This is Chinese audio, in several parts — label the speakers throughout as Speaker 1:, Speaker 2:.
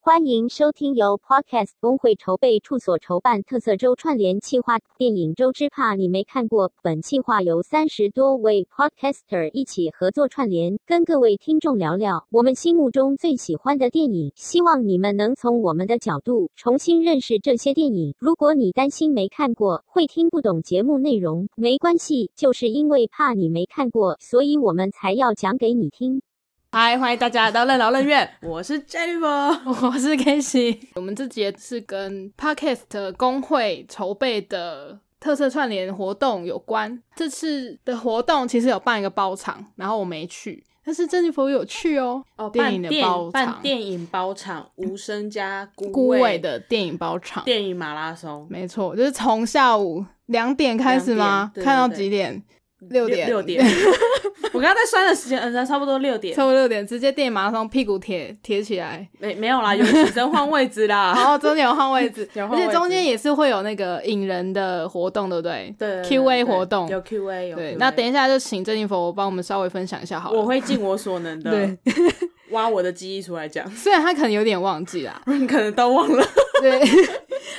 Speaker 1: 欢迎收听由 Podcast 工会筹备处所筹办特色周串联企划电影周之怕你没看过。本企划由三十多位 Podcaster 一起合作串联，跟各位听众聊聊我们心目中最喜欢的电影，希望你们能从我们的角度重新认识这些电影。如果你担心没看过，会听不懂节目内容，没关系，就是因为怕你没看过，所以我们才要讲给你听。
Speaker 2: 嗨，欢迎大家来到任劳任 怨，我是 Jennifer。
Speaker 3: 我是 k a s e y 我们这节是跟 Podcast 工会筹备的特色串联活动有关。这次的活动其实有办一个包场，然后我没去，但是珍妮佛有去哦。
Speaker 2: 哦，
Speaker 3: 电
Speaker 2: 办
Speaker 3: 影的
Speaker 2: 电
Speaker 3: 包
Speaker 2: 办
Speaker 3: 场
Speaker 2: 电影包场，无声加孤
Speaker 3: 顾伟
Speaker 2: 味
Speaker 3: 的电影包场，
Speaker 2: 电影马拉松，
Speaker 3: 没错，就是从下午两点开始吗
Speaker 2: 2点？对
Speaker 3: 看到
Speaker 2: 对对
Speaker 3: 几点？六点，
Speaker 2: 六点。我刚刚在算的时间，嗯，才差不多六点
Speaker 3: 差。不多六点，直接电影马拉松屁股贴贴起来，
Speaker 2: 没没有啦，有起身换位置
Speaker 3: 然
Speaker 2: 啦。，
Speaker 3: 后中间有换位置
Speaker 2: 有换
Speaker 3: 而
Speaker 2: 位置
Speaker 3: 且中间也是会有那个引人的活动，对不对？
Speaker 2: 对对对
Speaker 3: Q&A
Speaker 2: 对
Speaker 3: 活动
Speaker 2: 有 Q&A 有 Q&A。
Speaker 3: 对，那等一下就请郑一佛帮我们稍微分享一下好了。
Speaker 2: 我会尽我所能的
Speaker 3: 对，
Speaker 2: 挖我的记忆出来讲，
Speaker 3: 虽然他可能有点忘记啦，
Speaker 2: 你可能都忘了。
Speaker 3: 对。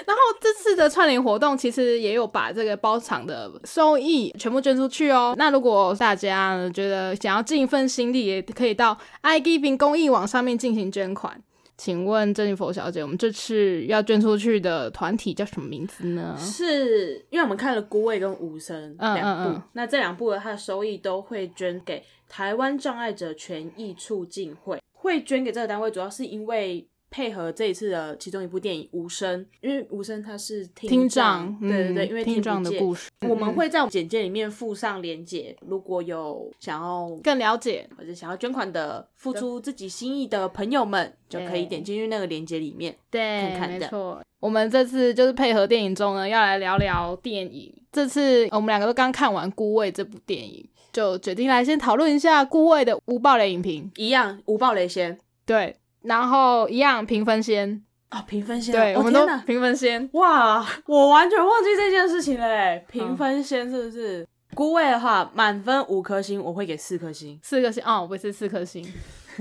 Speaker 3: 然后这次的串联活动其实也有把这个包场的收益全部捐出去哦。那如果大家呢觉得想要尽一份心力，也可以到 iGiving 公益网上面进行捐款。请问郑一佛小姐，我们这次要捐出去的团体叫什么名字呢？
Speaker 2: 是因为我们看了《孤味》跟《无声》
Speaker 3: 嗯
Speaker 2: 两部，
Speaker 3: 嗯嗯
Speaker 2: 那这两部的它的收益都会捐给台湾障碍者权益促进会，会捐给这个单位，主要是因为。配合这一次的其中一部电影《无声》，因为《无声》它是听
Speaker 3: 听
Speaker 2: 障
Speaker 3: 障，，
Speaker 2: 对对对，
Speaker 3: 嗯
Speaker 2: 因为
Speaker 3: 听障
Speaker 2: 不
Speaker 3: 的
Speaker 2: 见
Speaker 3: 故事，
Speaker 2: 我们
Speaker 3: 嗯
Speaker 2: 会在简介里面附上连结，如果有想要
Speaker 3: 更了解。
Speaker 2: 或者想要捐款的、付出自己心意的朋友们，就可以
Speaker 3: 对
Speaker 2: 点进去那个连结里面。
Speaker 3: 对，
Speaker 2: 看看
Speaker 3: 没
Speaker 2: 的
Speaker 3: 错。我们这次就是配合电影中呢，要来聊聊电影。这次呃我们两个都刚看完《孤味》这部电影，就决定来先讨论一下《孤味》的无暴雷影评。
Speaker 2: 一样无爆雷先
Speaker 3: 对，然后一样评分先，
Speaker 2: 哦，评分先啊，
Speaker 3: 对，
Speaker 2: 哦
Speaker 3: 我们
Speaker 2: 天
Speaker 3: 都
Speaker 2: 哪
Speaker 3: 评分先。。
Speaker 2: 哇，我完全忘记这件事情了欸。评分先是不是？孤味的话，满分五颗星，我会给四颗星
Speaker 3: 四颗星哦，我不是四颗星，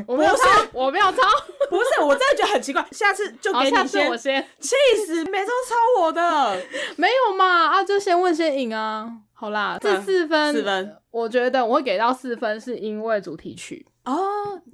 Speaker 3: 我没有
Speaker 2: 不是
Speaker 3: 超，我没有 超，
Speaker 2: 不是，我真的觉得很奇怪。哦下次就
Speaker 3: 好，
Speaker 2: 给
Speaker 3: 下
Speaker 2: 你
Speaker 3: 次
Speaker 2: 先
Speaker 3: 我，先，
Speaker 2: 气死，每次都超我的。
Speaker 3: 没有嘛，啊，就先问先赢啊，好啦，
Speaker 2: 对
Speaker 3: 这
Speaker 2: 啊
Speaker 3: 四分，
Speaker 2: 四分，
Speaker 3: 我觉得我会给到四分，是因为主题曲，
Speaker 2: 哦，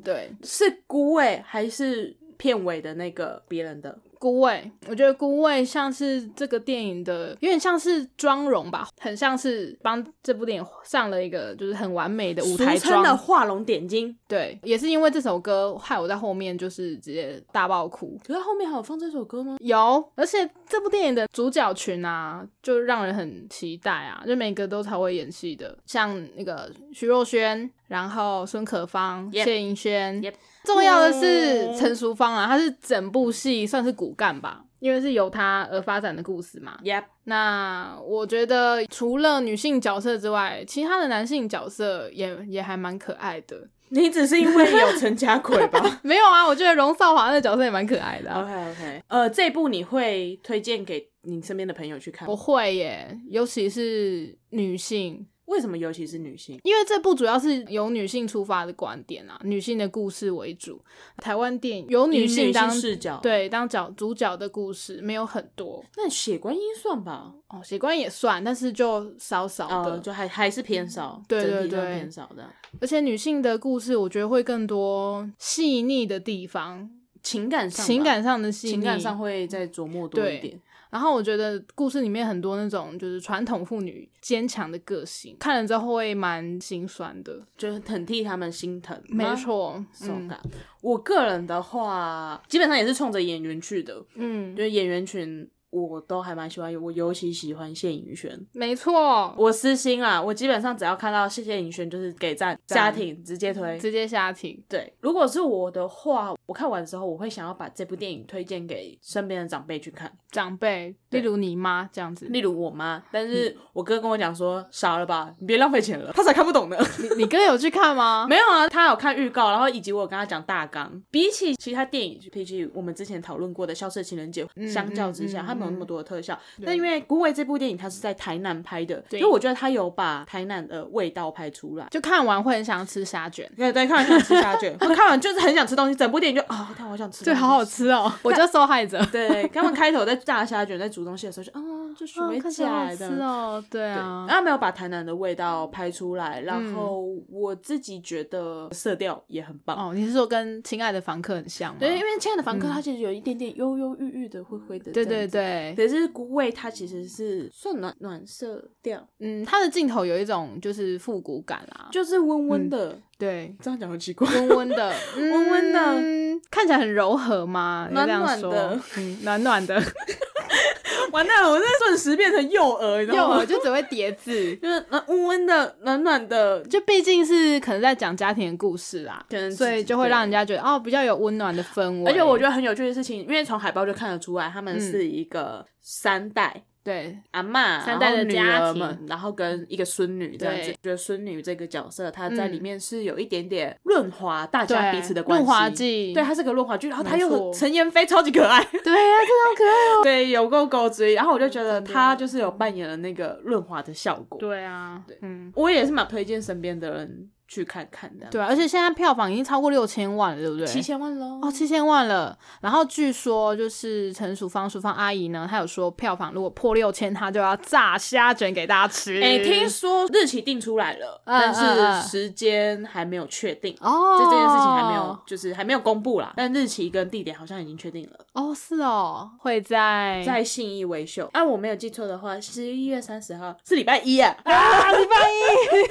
Speaker 3: 对，
Speaker 2: 是孤味还是片尾的那个别人的？
Speaker 3: 孤味，我觉得孤味像是这个电影的，有点像是妆容吧，很像是帮这部电影上了一个就是很完美的舞台
Speaker 2: 俗称的
Speaker 3: 妆。
Speaker 2: 画龙点睛。
Speaker 3: 对，也是因为这首歌害我在后面就是直接大爆哭。
Speaker 2: 可是后面还有放这首歌吗？
Speaker 3: 有，而且这部电影的主角群啊，就让人很期待啊，就每个都超会演戏的，像那个徐若瑄，然后孙可芳、
Speaker 2: Yep
Speaker 3: 谢盈萱。
Speaker 2: Yep
Speaker 3: 重要的是
Speaker 2: 嗯
Speaker 3: 陈淑芳啊，她是整部戏算是骨干吧，因为是由她而发展的故事嘛。
Speaker 2: Yep，
Speaker 3: 那我觉得除了女性角色之外，其他的男性角色也也还蛮可爱的。
Speaker 2: 你只是因为有陈家奎 吧
Speaker 3: 没有啊，我觉得荣少华那个角色也蛮可爱的啊、
Speaker 2: ？OK OK，呃，这部你会推荐给你身边的朋友去看吗
Speaker 3: 我？会耶，尤其是女性，
Speaker 2: 为什么尤其是女性？
Speaker 3: 因为这部主要是由女性出发的观点啊，女性的故事为主。台湾电影由
Speaker 2: 以
Speaker 3: 性当
Speaker 2: 视角，，
Speaker 3: 对当角主角的故事没有很多
Speaker 2: 那血观音算吧，
Speaker 3: 哦，血观也算，但是就少少的，
Speaker 2: 呃，就还还是偏少，
Speaker 3: 哦嗯对对
Speaker 2: 整体上
Speaker 3: 对
Speaker 2: 偏少的
Speaker 3: 而且女性的故事我觉得会更多细腻的地方，
Speaker 2: 情感上吧，
Speaker 3: 情感上的细腻，
Speaker 2: 情感上会再琢磨多一
Speaker 3: 对
Speaker 2: 点。
Speaker 3: 然后我觉得故事里面很多那种就是传统妇女坚强的个性，看了之后会蛮心酸的。
Speaker 2: 就是很替他们心疼，
Speaker 3: 没，错，
Speaker 2: 啊手
Speaker 3: 嗯
Speaker 2: 感。我个人的话，基本上也是冲着演员去的，
Speaker 3: 嗯，
Speaker 2: 就是演员群我都还蛮喜欢，我尤其喜欢谢颖轩。
Speaker 3: 没错，
Speaker 2: 我私心啊，我基本上只要看到谢谢颖轩，就是给赞，家庭直接推。
Speaker 3: 直接下题。
Speaker 2: 对，如果是我的话，我看完之后，我会想要把这部电影推荐给身边的长辈去看，
Speaker 3: 长辈，例
Speaker 2: 对
Speaker 3: 如你妈这样子，
Speaker 2: 例如我妈。但是我哥跟我讲说，傻了吧，你别浪费钱了，嗯他才看不懂呢。
Speaker 3: 你哥有去看 吗？
Speaker 2: 没有啊，他有看预告，然后以及我有跟他讲大纲。比起其他电影，比起我们之前讨论过的《消失的情人节》，
Speaker 3: 嗯
Speaker 2: 相较之下，
Speaker 3: 嗯嗯
Speaker 2: 他没有那么多的特效。
Speaker 3: 对
Speaker 2: 那因为《孤味》这部电影它是在台南拍的，所
Speaker 3: 对
Speaker 2: 以我觉得它有把台南的味道拍出来。
Speaker 3: 就看完会很想吃虾卷，
Speaker 2: 对对，看完想吃虾卷，或 看完就是很想吃东西，整部电影就啊，看、我好想吃，
Speaker 3: 对，好好。吃哦，我就受 害者。
Speaker 2: 对，他们开头在炸虾卷，在煮东西的时候就啊，这是没
Speaker 3: 哦看起来好
Speaker 2: 假
Speaker 3: 好吃
Speaker 2: 的。
Speaker 3: 哦，对
Speaker 2: 对，
Speaker 3: 啊
Speaker 2: 然，后没有把台南的味道拍出来，然后我自己觉得色调也很棒。嗯
Speaker 3: 哦，你是说跟《亲爱的房客》很像吗？
Speaker 2: 对，因为亲爱的房客，它其实有一点点忧忧郁郁的、灰灰的。
Speaker 3: 对对。对，
Speaker 2: 可是古味它其实是算暖暖色调，
Speaker 3: 嗯，它的镜头有一种就是复古感啦，
Speaker 2: 就是温温的。
Speaker 3: 对，
Speaker 2: 嗯 这样讲很奇怪。
Speaker 3: 温 温的，
Speaker 2: 温温的
Speaker 3: 嗯，看起来很柔和嘛，
Speaker 2: 暖
Speaker 3: 你这样
Speaker 2: 暖
Speaker 3: 说
Speaker 2: 的，
Speaker 3: 嗯，暖暖 的，
Speaker 2: 完蛋了，我这顿时变成幼儿，你知
Speaker 3: 幼
Speaker 2: 道吗？
Speaker 3: 儿就只会叠字。
Speaker 2: 就是暖温温的、暖暖的，
Speaker 3: 就毕竟是可能在讲家庭的故事啦
Speaker 2: 可能，自己
Speaker 3: 所以就会让人家觉得哦比较有温暖的氛围。
Speaker 2: 而且我
Speaker 3: 得
Speaker 2: 觉得很有趣的事情，因为从海报就看得出来，他们是一个三代。
Speaker 3: 对
Speaker 2: 阿嬷，
Speaker 3: 嗯三代的
Speaker 2: 然后女
Speaker 3: 家
Speaker 2: 儿
Speaker 3: 庭
Speaker 2: 们，然后跟一个孙女这样子
Speaker 3: 对，
Speaker 2: 觉得孙女这个角色，她在
Speaker 3: 嗯
Speaker 2: 里面是有一点点润滑大家
Speaker 3: 对
Speaker 2: 彼此的关系，
Speaker 3: 润滑剂，
Speaker 2: 对，她是个润滑剂，然后她
Speaker 3: 没
Speaker 2: 又
Speaker 3: 错
Speaker 2: 很陈妍霏超级可爱，
Speaker 3: 对呀，这好可 爱哦。
Speaker 2: 对，有够狗追，然后我就觉得
Speaker 3: 真的
Speaker 2: 她就是有扮演了那个润滑的效果，
Speaker 3: 对啊，嗯，
Speaker 2: 我也是蛮推荐身边的人去看看的，
Speaker 3: 对，啊，而且现在票房已经超过六千万了，对不对？
Speaker 2: 七千万喽，
Speaker 3: 哦，七千万了。然后据说就是陈淑芳、淑芳阿姨呢，她有说票房如果破六千，她就要炸虾卷给大家吃。
Speaker 2: 哎、听说日期定出来了，
Speaker 3: 嗯嗯
Speaker 2: 但
Speaker 3: 嗯
Speaker 2: 是时间还没有确定。
Speaker 3: 哦，
Speaker 2: 就这件事情还没有，就是还没有公布啦，但日期跟地点好像已经确定了，
Speaker 3: 哦，是哦，会在
Speaker 2: 在信义维秀。啊，我没有记错的话，十一月三十号是礼拜一啊，
Speaker 3: 啊，礼拜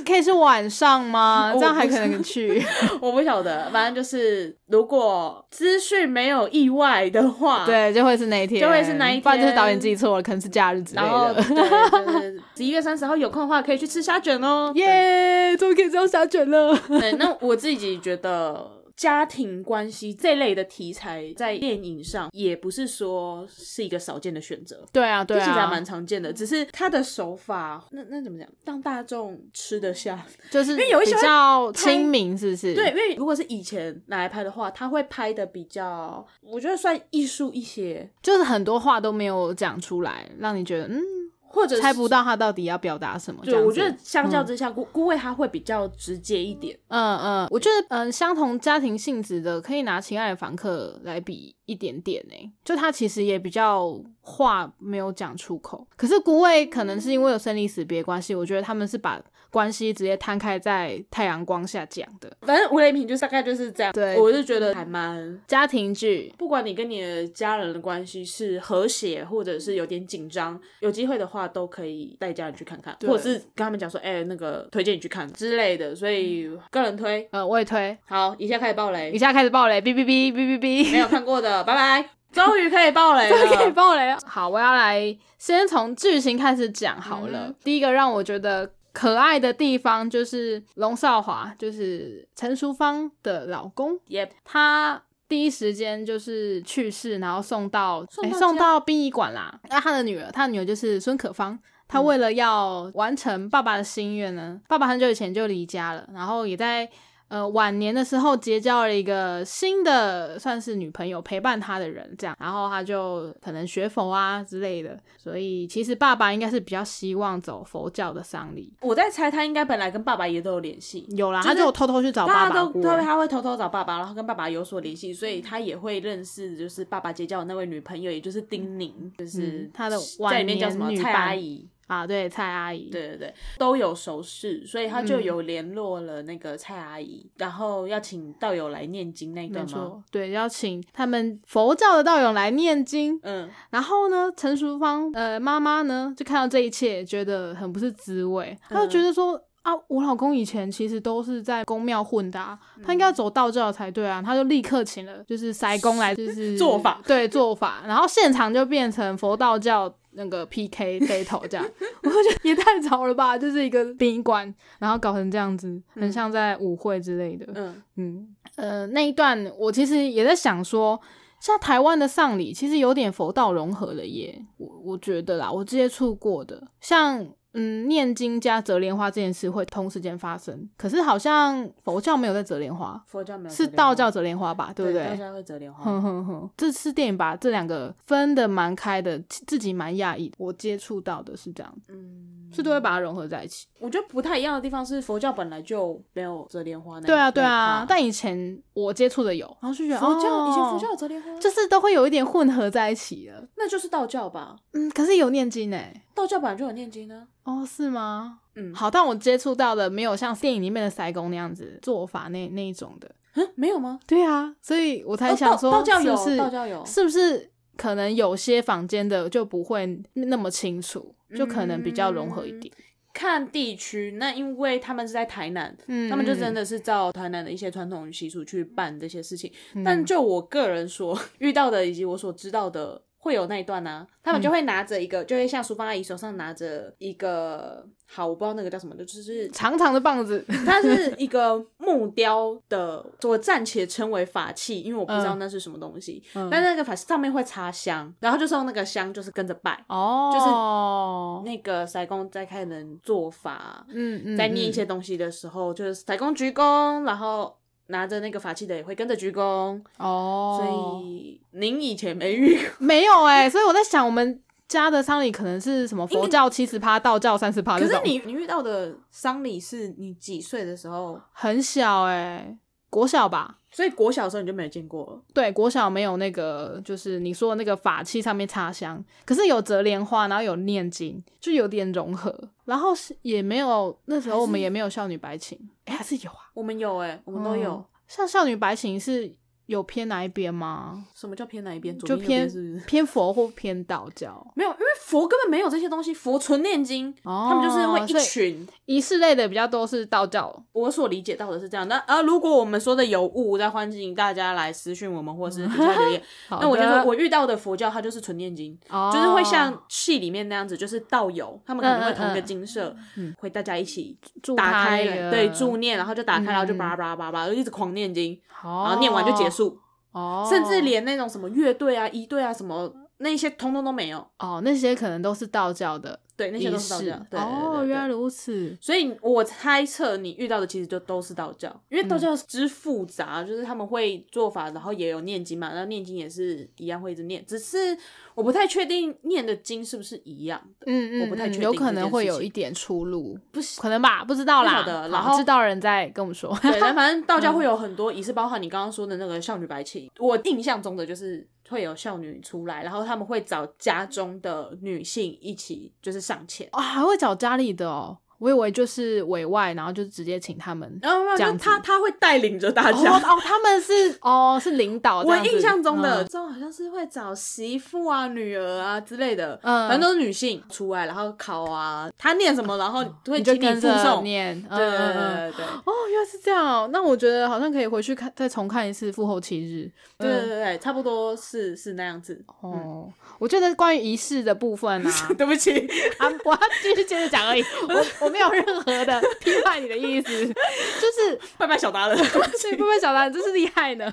Speaker 3: 一可以是晚上吗？
Speaker 2: 我
Speaker 3: 这样还
Speaker 2: 不
Speaker 3: 可
Speaker 2: 知
Speaker 3: 能去。
Speaker 2: 我不晓得，反正就是如果资讯没有意外的话，，
Speaker 3: 对，就会是那一天，
Speaker 2: 就会是那一
Speaker 3: 不然就是导演
Speaker 2: 天
Speaker 3: 记错了，可能是假日之类
Speaker 2: 然后
Speaker 3: 的。
Speaker 2: 对，十一月三十号有空的话可以去吃虾卷哦。
Speaker 3: 耶，终于可以吃到虾卷了。
Speaker 2: 对，那我自己觉得。家庭关系这类的题材在电影上也不是说是一个少见的选择，
Speaker 3: 对啊，对
Speaker 2: 这其实还
Speaker 3: 啊
Speaker 2: 蛮，常见的，只是他的手法，那那怎么讲，让大众吃得下？
Speaker 3: 就是因
Speaker 2: 为有一些
Speaker 3: 比
Speaker 2: 会
Speaker 3: 较
Speaker 2: 拍
Speaker 3: 亲民，是不是？
Speaker 2: 对，因为如果是以前拿来拍的话，他会拍的比较，我觉得算艺术一些，
Speaker 3: 就是很多话都没有讲出来，让你觉得嗯，
Speaker 2: 或者是
Speaker 3: 猜不。到他到底要表达什么。这
Speaker 2: 对，
Speaker 3: 样子
Speaker 2: 我觉得相较之下，顾顾魏他会比较直接一点。
Speaker 3: 嗯嗯，我觉得嗯，相同家庭性质的可以拿《亲爱的房客》来比一点点呢、就他其实也比较话没有讲出口，可是孤味可能是因为有生离死别关系，我觉得他们是把关系直接摊开在太阳光下讲的
Speaker 2: 反正吴雷平就大概就是这样，
Speaker 3: 对
Speaker 2: 我就觉得还蛮
Speaker 3: 家庭剧。
Speaker 2: 不管你跟你的家人的关系是和谐，或者是有点紧张，有机会的话都可以带家人去看看，
Speaker 3: 对
Speaker 2: 或者是跟他们讲说，哎、那个推荐你去看之类的。所以个人推，
Speaker 3: 呃，我也推，
Speaker 2: 好，以下开始爆
Speaker 3: 以
Speaker 2: 雷，
Speaker 3: 下开始爆雷，哔哔哔哔哔
Speaker 2: 没
Speaker 3: 哔，
Speaker 2: 有看过的，拜拜。终于可以爆 雷
Speaker 3: 都可以
Speaker 2: 了。
Speaker 3: 爆雷了。啊好，我要来先从剧情开始讲好了。
Speaker 2: 嗯
Speaker 3: 第一个让我觉得可爱的地方就是龙少华，就是陈淑芳的老公。
Speaker 2: 也
Speaker 3: 他第一时间就是去世，然后送到
Speaker 2: 送
Speaker 3: 诶
Speaker 2: 到
Speaker 3: 送
Speaker 2: 家
Speaker 3: 到殡仪馆啦。那他的女儿，他的女儿就是孙可芳。她为了要完成爸爸的心愿呢，爸爸很久以前就离家了，然后也在呃晚年的时候结交了一个新的算是女朋友陪伴他的人，这样，然后他就可能学佛啊之类的，所以其实爸爸应该是比较希望走佛教的丧礼。
Speaker 2: 我在猜，他应该本来跟爸爸也都有联系，
Speaker 3: 有啦，
Speaker 2: 就是
Speaker 3: 他就有偷偷去嗯找爸
Speaker 2: 大家
Speaker 3: 爸
Speaker 2: 都
Speaker 3: 过，嗯
Speaker 2: 对，他会偷偷找爸爸，然后跟爸爸有所联系，所以他也会认识，就是爸爸结交的那位女朋友，也就是丁宁，就是
Speaker 3: 嗯他的
Speaker 2: 在
Speaker 3: 晚
Speaker 2: 里面叫
Speaker 3: 年
Speaker 2: 什么
Speaker 3: 女
Speaker 2: 蔡
Speaker 3: 伴
Speaker 2: 阿姨，
Speaker 3: 啊，对蔡阿姨，
Speaker 2: 对对对，都有熟识，所以他
Speaker 3: 嗯
Speaker 2: 就有联络了那个蔡阿姨，然后要请道友来念经那一
Speaker 3: 没
Speaker 2: 段吗？
Speaker 3: 错，对，邀请他们佛教的道友来念经。
Speaker 2: 嗯，
Speaker 3: 然后呢，陈淑芳呃妈妈呢就看到这一切，觉得很不是滋味，她就
Speaker 2: 嗯
Speaker 3: 觉得说。啊，我老公以前其实都是在公庙混的、啊，他应
Speaker 2: 嗯
Speaker 3: 该要走道教才对啊，他就立刻请了就是塞公来，就是
Speaker 2: 做法，
Speaker 3: 对做法，然后现场就变成佛道教那个 PK battle 这样，我就觉得也太早了吧，就是一个殡仪馆，然后搞成这样子，很像在舞会之类的，
Speaker 2: 嗯，
Speaker 3: 嗯，呃，那一段我其实也在想说，像台湾的丧礼其实有点佛道融合了耶，我我觉得啦，我接触过的，像嗯，念经加折莲花这件事会同时间发生，可是好像佛教没有在折莲花，
Speaker 2: 佛教没有折
Speaker 3: 是
Speaker 2: 莲花，
Speaker 3: 道教折莲花吧，对
Speaker 2: 对
Speaker 3: 不
Speaker 2: 道
Speaker 3: 对？
Speaker 2: 教会折莲花
Speaker 3: 哼。哼哼，这次电影把这两个分的蛮开的，自自己蛮讶异的。我接触到的是这样，
Speaker 2: 嗯，
Speaker 3: 是都会把它融合在一起。
Speaker 2: 我觉得不太一样的地方是佛教本来就没有折莲嗯花那一
Speaker 3: 对啊，对
Speaker 2: 那
Speaker 3: 啊
Speaker 2: 一，趴
Speaker 3: 但以前我接触的有，然后就觉得
Speaker 2: 佛教以前佛
Speaker 3: 哦
Speaker 2: 教有折莲花，
Speaker 3: 就是都会有一点混合在一起了。
Speaker 2: 那就是道教吧？
Speaker 3: 嗯，可是有念经哎、
Speaker 2: 道教本来就有念经呢。
Speaker 3: 哦，是吗？
Speaker 2: 嗯，
Speaker 3: 好，但我接触到的没有像电影里面的塞公那样子做法那那一种的。
Speaker 2: 嗯，没有吗？
Speaker 3: 对啊，所以我才
Speaker 2: 哦
Speaker 3: 想
Speaker 2: 道
Speaker 3: 说，
Speaker 2: 道教
Speaker 3: 是不
Speaker 2: 有
Speaker 3: 是
Speaker 2: 道教有
Speaker 3: 是不是可能有些房间的就不会那么清楚，就可能比较融合一
Speaker 2: 嗯
Speaker 3: 点。
Speaker 2: 看地区，那因为他们是在台南，
Speaker 3: 嗯
Speaker 2: 他们就真的是照台南的一些传统习俗去办这些事情。
Speaker 3: 嗯
Speaker 2: 但就我个人所 遇到的以及我所知道的，会有那一段啊，他们
Speaker 3: 嗯
Speaker 2: 就会拿着一个，就会像淑芳阿姨手上拿着一个，好，我不知道那个叫什么 的，就是
Speaker 3: 嗯长长的棒子，
Speaker 2: 它是一个木雕的，我暂且称为法器，因为我不知道
Speaker 3: 嗯
Speaker 2: 那是什么东西。
Speaker 3: 嗯
Speaker 2: 但那个法器上面会插香，然后就是用那个香就是跟着拜。
Speaker 3: 哦，
Speaker 2: 那个塞公在开人做法，
Speaker 3: 是嗯嗯，
Speaker 2: 在念一
Speaker 3: 嗯
Speaker 2: 些东西的时候，就是塞公鞠躬，然后拿着那个法器的也会跟着鞠躬。
Speaker 3: 哦，
Speaker 2: 所以您以前没遇过，
Speaker 3: 没有哎、所以我在想我们。家的丧礼可能是什么
Speaker 2: 应
Speaker 3: 佛
Speaker 2: 该
Speaker 3: 教七十趴，道教三十趴。
Speaker 2: 可是你你遇到的丧礼是你几岁的时候？
Speaker 3: 很小哎、国小吧？
Speaker 2: 所以国小的时候你就没有见过了。
Speaker 3: 对，国小没有那个，就是你说的那个法器上面插香，可是有折莲花，然后有念经，就有点融合。然后是也没有那时候我
Speaker 2: 还
Speaker 3: 们
Speaker 2: 是
Speaker 3: 也没有少女白琴，哎、还是有啊，
Speaker 2: 我们有哎、我们都有。
Speaker 3: 嗯像少女白琴是有偏哪一边吗？
Speaker 2: 什么叫嗯偏哪一边？左
Speaker 3: 就
Speaker 2: 边右边
Speaker 3: 偏
Speaker 2: 是不 是？
Speaker 3: 偏佛或偏道教
Speaker 2: 没有，因为佛根本没有这些东西，佛纯念经，
Speaker 3: 哦
Speaker 2: 他们就是会
Speaker 3: 所
Speaker 2: 一
Speaker 3: 以
Speaker 2: 群。
Speaker 3: 仪式类的比较多是道教。
Speaker 2: 我所理解到的是这样，那啊，如果我们说的有误，再欢迎大家来私讯我们，或是底下 留言。那我就说，我遇到的佛教，它就是纯念经，
Speaker 3: 我
Speaker 2: 就是会像戏里面那样子，就是道友，他们可能会同一个经社，
Speaker 3: 哦嗯
Speaker 2: 会大家一起
Speaker 3: 祝
Speaker 2: 打
Speaker 3: 他
Speaker 2: 开
Speaker 3: 那
Speaker 2: 了，
Speaker 3: 个
Speaker 2: 对，助念，然后就打开，然后就
Speaker 3: 嗯
Speaker 2: 叭叭叭叭，就一直狂念经，
Speaker 3: 哦
Speaker 2: 然后念完就结束，
Speaker 3: 哦，
Speaker 2: 甚至连那种什么乐队啊、仪队啊什么那些，通通都没有。
Speaker 3: 哦那些可能都是道教的
Speaker 2: 对，那些
Speaker 3: 仪
Speaker 2: 都是道
Speaker 3: 式
Speaker 2: 教。对
Speaker 3: 哦，原来
Speaker 2: 如
Speaker 3: 如此。
Speaker 2: 所以我猜测你遇到的其实就都是道教，
Speaker 3: 嗯
Speaker 2: 因为道教之复杂，就是他们会做法，然后也有念经嘛，然后念经也是一样会一直念，只是我不太确定念的经是不是一样的。
Speaker 3: 嗯嗯，
Speaker 2: 我不太
Speaker 3: 嗯
Speaker 2: 确定
Speaker 3: 有可
Speaker 2: 这
Speaker 3: 能
Speaker 2: 件
Speaker 3: 会
Speaker 2: 事
Speaker 3: 有
Speaker 2: 情
Speaker 3: 一点出入，不可能吧？不知道
Speaker 2: 不
Speaker 3: 啦，
Speaker 2: 晓得
Speaker 3: 好
Speaker 2: 然后
Speaker 3: 知道人再跟我们说。
Speaker 2: 对，但反正道教会有很多仪式，包含你刚刚说的那个少女白琴。我印象中的就是会有少女出来，然后他们会找家中的女性一起就是上前，
Speaker 3: 啊、还会找家里的哦，我以为就是委外，然后就直接请他们。
Speaker 2: 然后
Speaker 3: 这样
Speaker 2: 就
Speaker 3: 子
Speaker 2: 他他会带领着大
Speaker 3: 哦
Speaker 2: 家。
Speaker 3: 哦，他们是 哦是领导这
Speaker 2: 我
Speaker 3: 样子，
Speaker 2: 印象中的
Speaker 3: 嗯
Speaker 2: 这种好像是会找媳妇啊、女儿啊之类的，
Speaker 3: 嗯
Speaker 2: 反正都是女性出来，然后考啊，她念什么，然后会
Speaker 3: 你就
Speaker 2: 请你
Speaker 3: 跟
Speaker 2: 附
Speaker 3: 着
Speaker 2: 送。
Speaker 3: 念，嗯
Speaker 2: 对
Speaker 3: 嗯
Speaker 2: 对
Speaker 3: 嗯嗯
Speaker 2: 对对
Speaker 3: 哦，原来是这样哦。那我觉得好像可以回去看，再重看一次《复后七日》
Speaker 2: 对对嗯
Speaker 3: 嗯。
Speaker 2: 对对，差不多是是那样子。
Speaker 3: 哦，我觉得关于仪式的部分呢、 啊，
Speaker 2: 对不起，
Speaker 3: 啊，我要继续接着讲而已，我我没有任何的批判你的意思，就是
Speaker 2: 拜拜小达人。
Speaker 3: 对，不会小兰真是厉害呢。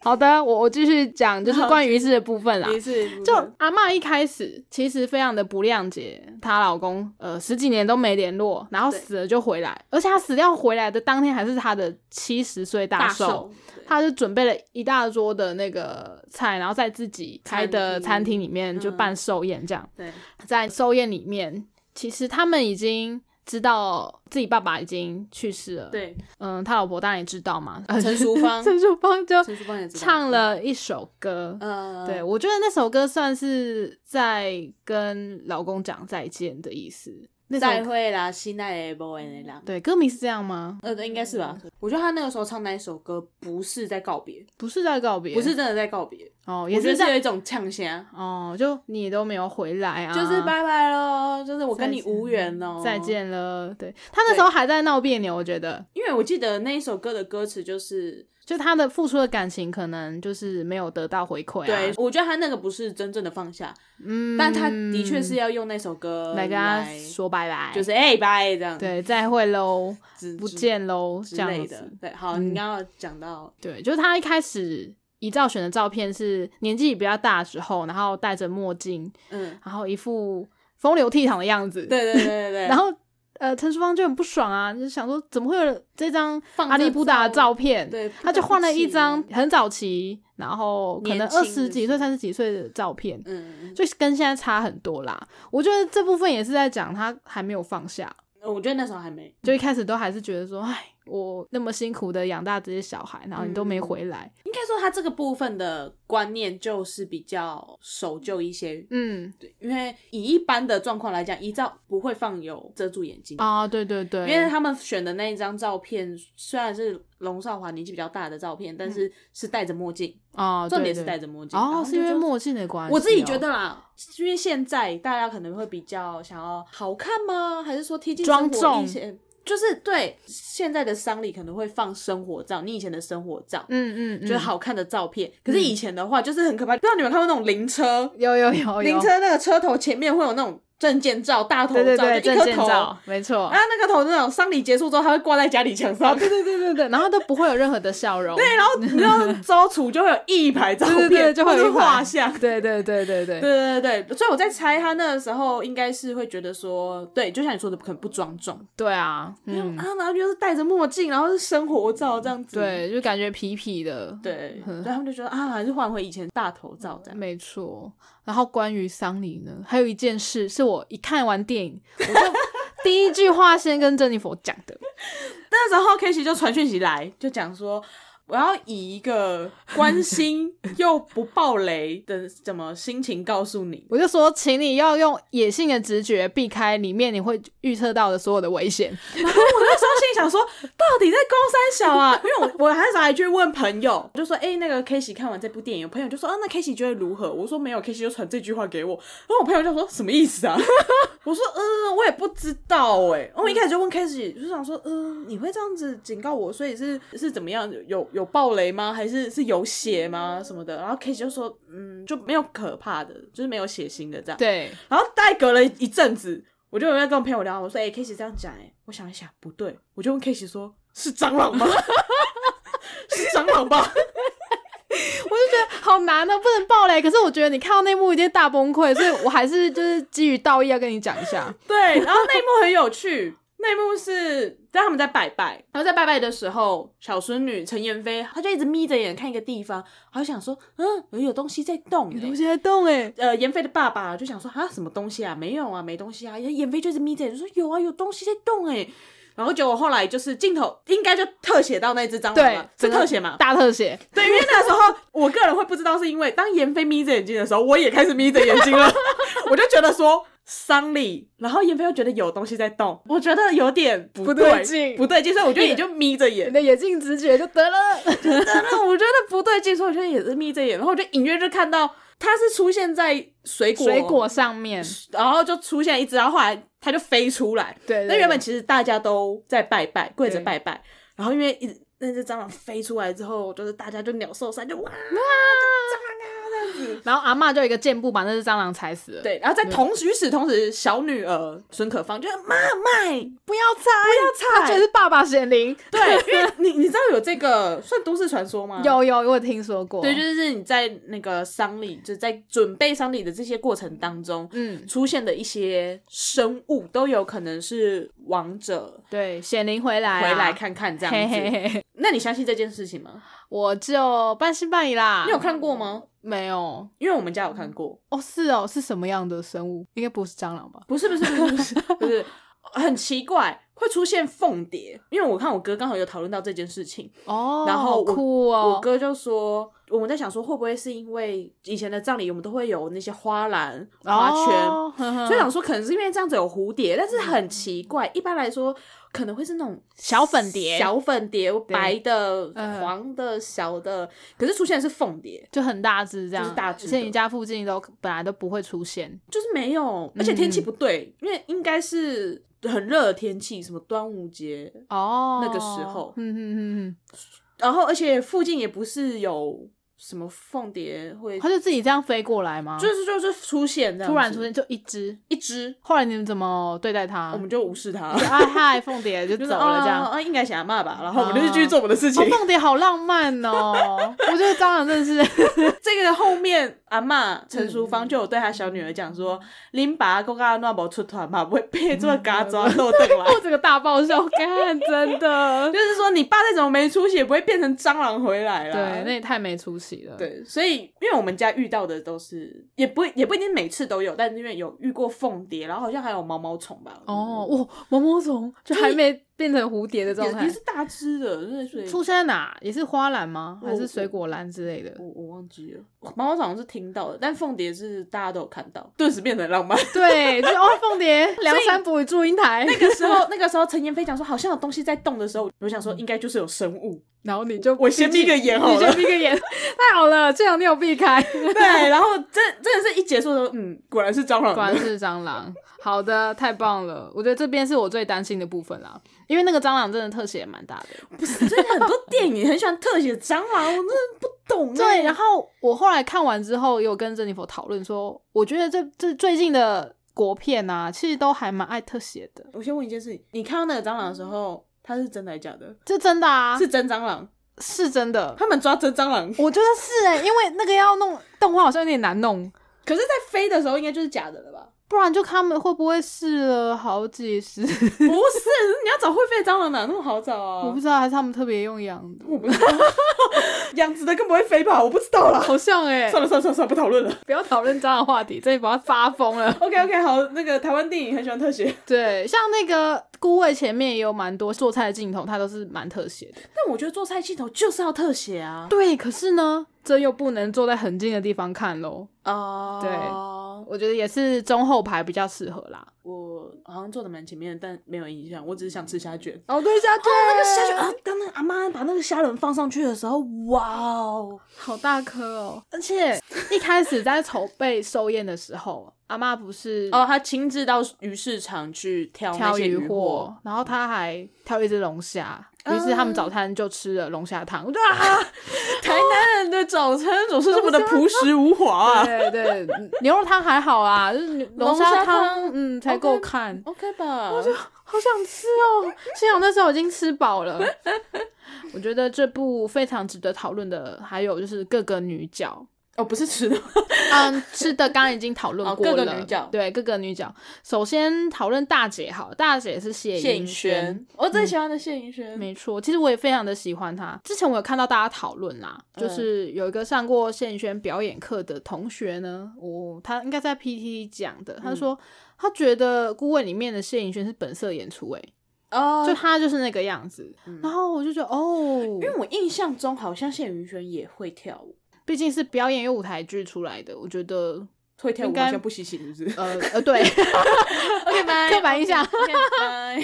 Speaker 3: 好的，我我继续讲，就是关于仪式的部分啦。
Speaker 2: 也是
Speaker 3: 就阿嬷一开始其实非常的不谅解她老公，呃，十几年都没联络，然后
Speaker 2: 对
Speaker 3: 死了就回来，而且她死掉回来的当天还是她的七十岁
Speaker 2: 大
Speaker 3: 寿
Speaker 2: 寿。，
Speaker 3: 她就准备了一大桌的那个菜，然后在自己开的餐
Speaker 2: 餐厅
Speaker 3: 厅里面就办
Speaker 2: 嗯
Speaker 3: 寿宴，这样。
Speaker 2: 对
Speaker 3: 在寿宴里面，其实他们已经知道自己爸爸已经去世了。，
Speaker 2: 对，
Speaker 3: 嗯，他老婆当然也知道嘛。
Speaker 2: 陈淑芳，
Speaker 3: 陈淑芳就
Speaker 2: 陈淑芳也知道
Speaker 3: 唱，了一首歌。
Speaker 2: 嗯，
Speaker 3: 呃对，我觉得那首歌算是在跟老公讲再见的意思。那
Speaker 2: 再
Speaker 3: 首
Speaker 2: 会啦，心爱的 boy 啦，
Speaker 3: 对歌名是这样吗？
Speaker 2: 呃，应该是吧？我觉得他那个时候唱那一首歌，不是在告别，
Speaker 3: 不是在告别，
Speaker 2: 不是真的在告别，
Speaker 3: 哦，
Speaker 2: 我
Speaker 3: 也
Speaker 2: 觉得
Speaker 3: 是
Speaker 2: 是
Speaker 3: 在
Speaker 2: 有一种呛虾。
Speaker 3: 哦，就你都没有回来啊，
Speaker 2: 就是拜拜喽，就是我跟你无缘哦，
Speaker 3: 再。见了。对他那时候还在闹别扭，我觉得
Speaker 2: 因为我记得那一首歌的歌词就是，
Speaker 3: 就他的付出的感情可能就是没有得到回馈、啊，
Speaker 2: 对，我觉得他那个不是真正的放下，
Speaker 3: 嗯，
Speaker 2: 但他的确是要用那首歌
Speaker 3: 来跟他说拜拜，
Speaker 2: 就是哎拜这样，，
Speaker 3: 对再会喽，不见喽
Speaker 2: 之
Speaker 3: 这样
Speaker 2: 类
Speaker 3: 子
Speaker 2: 的。对，好，
Speaker 3: 嗯
Speaker 2: 你刚刚有讲到，
Speaker 3: 对，就是他一开始遗照 选的照片是年纪比较大的时候，然后戴着墨镜，
Speaker 2: 嗯，
Speaker 3: 然后一副风流倜傥的样子。，
Speaker 2: 对对对对 对。
Speaker 3: 然后呃，陈淑芳就很不爽啊，就想说怎么会有这张
Speaker 2: 放
Speaker 3: 阿
Speaker 2: 这
Speaker 3: 利布达的
Speaker 2: 照
Speaker 3: 照片？
Speaker 2: 对，
Speaker 3: 他就换了一张
Speaker 2: 不起
Speaker 3: 很早期，然后可能
Speaker 2: 年轻
Speaker 3: 二
Speaker 2: 的时候
Speaker 3: 十几岁、三十几岁的照片，
Speaker 2: 嗯，
Speaker 3: 就跟现在差很多啦。我觉得这部分也是在讲他还没有放下，
Speaker 2: 我觉得那时候还没，
Speaker 3: 就一开始都还是觉得说，哎，我那么辛苦的养大这些小孩，然后你都没回来，
Speaker 2: 应该说他这个部分的观念就是比较守旧一些，
Speaker 3: 嗯
Speaker 2: 对，因为以一般的状况来讲，遗照不会放有遮住眼睛的
Speaker 3: 啊，对对对，
Speaker 2: 因为他们选的那一张照片虽然是龙少华年纪比较大的照片，但是是戴着墨镜，
Speaker 3: 啊，
Speaker 2: 重点是
Speaker 3: 嗯对
Speaker 2: 戴着墨镜。然后
Speaker 3: 哦，
Speaker 2: 就是
Speaker 3: 因为墨镜的关系哦，
Speaker 2: 我自己觉得啦，因为现在大家可能会比较想要好看吗？还是说贴近
Speaker 3: 庄
Speaker 2: 生活
Speaker 3: 重
Speaker 2: 一些？就是对现在的丧礼可能会放生活照，你以前的生活照，
Speaker 3: 嗯，嗯嗯，嗯
Speaker 2: 就是好看的照片。可是以前的话就是很可怕，不知道你们有看过那种灵车，
Speaker 3: 有，有有有
Speaker 2: 灵车那个车头前面会有那种证件照、大头照，
Speaker 3: 对对对，
Speaker 2: 就一
Speaker 3: 证
Speaker 2: 颗
Speaker 3: 件
Speaker 2: 头。
Speaker 3: 照，没 错
Speaker 2: 然，后那个头那种丧礼结束之后，它会挂在家里墙上。哎
Speaker 3: 对对对对对，然后都不会有任何的笑容，
Speaker 2: 对，然后你知道周楚就会有一排照
Speaker 3: 对
Speaker 2: 片，
Speaker 3: 对对，就会
Speaker 2: 或
Speaker 3: 有
Speaker 2: 者
Speaker 3: 一
Speaker 2: 是
Speaker 3: 款
Speaker 2: 画像。
Speaker 3: 对对对对对对
Speaker 2: 对对对，所以我在猜他那个时候应该是会觉得说，对，就像你说的，很不庄重，
Speaker 3: 对啊，
Speaker 2: 嗯、
Speaker 3: 嗯，
Speaker 2: 啊，然后就是戴着墨镜，然后是生活照这样子，
Speaker 3: 对，就感觉痞痞的，
Speaker 2: 对，所以他们就觉得啊，还是换回以前大头照这样。
Speaker 3: 没错。然后关于丧礼呢，还有一件事是我一看完电影，我 就第一句话先跟珍妮佛讲的，
Speaker 2: 那时候 K 奇就传讯息来，就讲说。我要以一个关心又不爆雷的怎么心情告诉你，
Speaker 3: 我就说，请你要用野性的直觉避开里面你会预测到的所有的危险。
Speaker 2: 我那时候心里想说，到底在攻三小啊？因为我我那时候还去问朋友，我就说，哎、那个 K 喜看完这部电影，我朋友就说，啊，那 K 喜觉得如何？我说没有，K 喜就传这句话给我，然后我朋友就说什么意思啊？ 我说，嗯，我也不知道哎、然后我一开始就问 K 喜，就想说，嗯，你会这样子警告我，所以是是怎么样？有有暴雷吗？还是是有血吗？什么的？然后 K 喜就说，嗯，就没有可怕的，就是没有血腥的这样。
Speaker 3: 对，
Speaker 2: 然后大概隔了一阵子，我就有在跟我朋友聊，我说：“哎、k i s s 这样讲，哎，我想一想，不对。”我就问 k i s s 说：“是蟑螂吗？ 是蟑螂吧
Speaker 3: 我就觉得 好难哦，不能爆雷。可是我觉得你看到那幕一定大崩溃，所以我还是就是基于道义要跟你讲一 下。？”
Speaker 2: 对，然后那一幕很有趣。那一幕是在他们在拜拜，然后在拜拜的时候，小孙女陈妍霏她就一直眯着眼看一个地方，她就想说，嗯，有有东西在动、
Speaker 3: 有
Speaker 2: 欸
Speaker 3: 东，西在动哎、
Speaker 2: 呃，妍霏的爸爸就想说啊，什么东西啊？没有啊，没东西啊。妍霏就是眯着眼就说有啊，有东西在动哎、然后结果后来就是镜头应该就特写到那只蟑螂
Speaker 3: 对
Speaker 2: 了，，是
Speaker 3: 整个
Speaker 2: 特写嘛？
Speaker 3: 大特写。
Speaker 2: 对，因为那时候我个人会不知道，是因为当妍霏眯着眼睛的时候，我也开始眯着眼睛了， 我就觉得说丧礼，然后妍霏又觉得有东西在动，我觉得有点不
Speaker 3: 不
Speaker 2: 对
Speaker 3: 对劲
Speaker 2: 不对劲，所以我觉得也就眯着眼
Speaker 3: 你，的眼镜直觉就得了，
Speaker 2: 真的， 我觉得不对劲，所以我觉得也是眯着眼，然后我就隐约就看到它是出现在水果
Speaker 3: 水果上面，
Speaker 2: 然后就出现一只，然后后来它就飞出来。
Speaker 3: 对
Speaker 2: 那原本其实大家都在拜拜，跪着
Speaker 3: 对
Speaker 2: 拜拜，然后因为一直那只蟑螂飞出来之后，就是大家就鸟兽散，就哇，
Speaker 3: 然后阿嬷就一个箭步把那只蟑螂踩死了，，
Speaker 2: 对，然后在同时与此同时，小女儿孙可芳就嗯妈卖，
Speaker 3: 不要踩，不要
Speaker 2: 踩
Speaker 3: 觉得是爸爸显灵，
Speaker 2: 对，因为你你知道有这个算都市传说吗？。
Speaker 3: 有有，我有听说过，
Speaker 2: 嗯对，就是你在那个丧礼，就是在准备丧礼的这些过程当中，
Speaker 3: 嗯，
Speaker 2: 出现的一些生物都有可能是亡者
Speaker 3: 对，显灵回来、
Speaker 2: 回
Speaker 3: 啊，
Speaker 2: 来看看这样子。
Speaker 3: 嘿嘿嘿嘿，
Speaker 2: 那你相信这件事情吗？
Speaker 3: 我就半信半疑啦，
Speaker 2: 你有看过吗？
Speaker 3: 没有？
Speaker 2: 因为我们家有看过，
Speaker 3: 哦，是哦，是什么样的生物？应该不是蟑螂吧？
Speaker 2: 不是不是不 是不是不是，很奇怪，会出现凤蝶。因为我看我哥刚好有讨论到这件事情，
Speaker 3: 哦，
Speaker 2: 然后
Speaker 3: 好
Speaker 2: 我
Speaker 3: 酷哦，
Speaker 2: 我哥就说我们在想说会不会是因为以前的葬礼我们都会有那些花篮花圈，
Speaker 3: 哦嗯呵呵
Speaker 2: 所以想说可能是因为这样子有蝴蝶，但是很奇怪，一般来说可能会是那种
Speaker 3: 小粉蝶
Speaker 2: 小粉蝶白的、
Speaker 3: 嗯
Speaker 2: 黄的、小的，可是出现的是凤蝶。
Speaker 3: 就很大只这样，
Speaker 2: 就是大只
Speaker 3: 而且
Speaker 2: 的
Speaker 3: 你家附近都本来都不会出现，
Speaker 2: 就是没有，而且天
Speaker 3: 嗯
Speaker 2: 气不对，因为应该是很热的天气，什么端午节，
Speaker 3: 哦，
Speaker 2: 那个时候
Speaker 3: 嗯嗯嗯
Speaker 2: 然后而且附近也不是有什么凤蝶会
Speaker 3: 嗯，，他就自己这样飞过来吗？
Speaker 2: 就是就是出现这样子，
Speaker 3: 突然出现就一只，
Speaker 2: 一只，
Speaker 3: 后来你们怎么对待它？
Speaker 2: 我们就无视它，
Speaker 3: 就啊嗨，凤蝶就
Speaker 2: 就
Speaker 3: 走
Speaker 2: 是
Speaker 3: 了这
Speaker 2: 啊
Speaker 3: 样。哦
Speaker 2: 啊应该想骂吧，然后我们就继续做我们的事 情
Speaker 3: 哦，。凤蝶好浪漫哦！我觉得蟑螂真的是
Speaker 2: 这个后面阿嬷陈淑
Speaker 3: 嗯
Speaker 2: 芳就有对她小女儿讲说：“恁爸公家那无出团嘛，不会被这
Speaker 3: 嗯
Speaker 2: 个嘎抓漏洞来。，
Speaker 3: 我这个大爆笑，干真的
Speaker 2: 就是说，你爸再怎么没出息，也不会变成蟑螂回来啦。
Speaker 3: 对，啊那也太没出息了。，
Speaker 2: 对，所以因为我们家遇到的都是，也不也不一定每次都有，但是因为有遇过凤蝶，然后好像还有毛毛虫吧。嗯
Speaker 3: 哦，哇，毛毛虫就还没变成蝴蝶的状
Speaker 2: 也
Speaker 3: 态
Speaker 2: 也，是大只的，那所以
Speaker 3: 出生在哪？也是花篮吗？还
Speaker 2: 我
Speaker 3: 是水果篮之类的？
Speaker 2: 我我忘记了，毛毛虫好像是听到的，但凤蝶是大家都有看到，顿时变得很浪漫。
Speaker 3: 对，就是哦，凤蝶，梁山伯与祝英台。
Speaker 2: 那个时候， 那个时候陈妍霏讲说好像有东西在动的时候，我想说应该就是有生物。
Speaker 3: 然后你就
Speaker 2: 我先闭个眼好了
Speaker 3: 你就闭个 眼，太好了，这样你有避 开，
Speaker 2: 对，然后真真的是一结束的时候，嗯，果然是蟑螂。
Speaker 3: 果然是蟑螂。好的，太棒了，我觉得这边是我最担心的部分啦，因为那个蟑螂真的特写也蛮大的。
Speaker 2: 不是，真的很多电影很喜欢特写蟑螂，我真的不 懂欸。
Speaker 3: 对，然后我后来看完之后，也有跟珍妮佛讨论说，我觉得这这最近的国片啊，其实都还蛮爱特写的，
Speaker 2: 我先问一件事情，你看到那个蟑螂的时候，它是真的还是假的？
Speaker 3: 这真的啊，
Speaker 2: 是真蟑螂，
Speaker 3: 是真的。
Speaker 2: 他们抓真蟑螂，
Speaker 3: 我觉得是哎、因为那个要弄动画好像有点难弄，
Speaker 2: 可是，在飞的时候应该就是假的了 吧？
Speaker 3: 不然就他们会不会试了好几 十？
Speaker 2: 不是，你要找会飞的蟑螂哪那么好找
Speaker 3: 我不
Speaker 2: 啊？
Speaker 3: 知道，还是他们特别用养的？
Speaker 2: 我不知道，养殖的更不会飞吧？我不知道 啦。
Speaker 3: 好像哎、
Speaker 2: 算了算了算了算了，不讨论了。
Speaker 3: 不要讨论蟑螂话题，这里把他发疯了。
Speaker 2: OK OK，好，那个台湾电影很喜欢特写，
Speaker 3: 对，像那个孤味前面也有蛮多做菜的镜头，它都是蛮特写的。
Speaker 2: 但我觉得做菜镜头就是要特写啊。
Speaker 3: 对，可是呢，这又不能坐在很近的地方看喽。
Speaker 2: 哦
Speaker 3: 我觉得也是中后排比较适合啦。
Speaker 2: 我好像坐的蛮前面的，但没有印象。我只是想吃虾卷。
Speaker 3: 哦，对，下去、那个
Speaker 2: 虾卷啊！刚刚阿妈把那个虾仁放上去的时候，哇哦！
Speaker 3: 好大颗哦！而且一开始在筹备寿宴的时候，阿妈不是
Speaker 2: 哦，他亲自到鱼市场去挑那
Speaker 3: 挑
Speaker 2: 些
Speaker 3: 鱼
Speaker 2: 货
Speaker 3: 货，，然后她还挑一只龙虾，
Speaker 2: 啊
Speaker 3: 于是他们早餐就吃了龙虾汤。我就啊，
Speaker 2: 台南人的早餐总是这么的朴实无华、 啊。
Speaker 3: 对对，牛肉汤还好啊，就是牛龙
Speaker 2: 龙虾
Speaker 3: 虾
Speaker 2: 汤
Speaker 3: 汤，嗯，才够
Speaker 2: OK
Speaker 3: 看。
Speaker 2: OK 吧，
Speaker 3: 好想吃哦！幸好那时候已经吃饱了。 我觉得这部非常值得讨论的，还有就是各个女角，
Speaker 2: 哦，不是吃的，
Speaker 3: 嗯，吃的刚刚已经讨论
Speaker 2: 哦
Speaker 3: 过了。
Speaker 2: 各个女角
Speaker 3: 对各个女角，首先讨论大姐好，大姐是谢
Speaker 2: 谢
Speaker 3: 颖
Speaker 2: 颖轩，嗯我最喜欢的谢颖轩，
Speaker 3: 没错，其实我也非常的喜欢她。之前我有看到大家讨论啦，
Speaker 2: 嗯
Speaker 3: 就是有一个上过谢颖轩表演课的同学呢，我他应该在 PT 讲的，
Speaker 2: 嗯
Speaker 3: 他说、他觉得《顾问》里面的谢颖轩是本色演出、欸，
Speaker 2: 哦
Speaker 3: 就他就是那个样子。
Speaker 2: 嗯
Speaker 3: 然后我就觉得哦，
Speaker 2: 因为我印象中好像谢颖轩也会跳舞，
Speaker 3: 毕竟是表演又舞台剧出来的，我觉得
Speaker 2: 会跳舞
Speaker 3: 应该
Speaker 2: 好像不稀奇，是不是
Speaker 3: 呃呃 对，
Speaker 2: ？OK 拜
Speaker 3: 刻板印象
Speaker 2: OK，拜。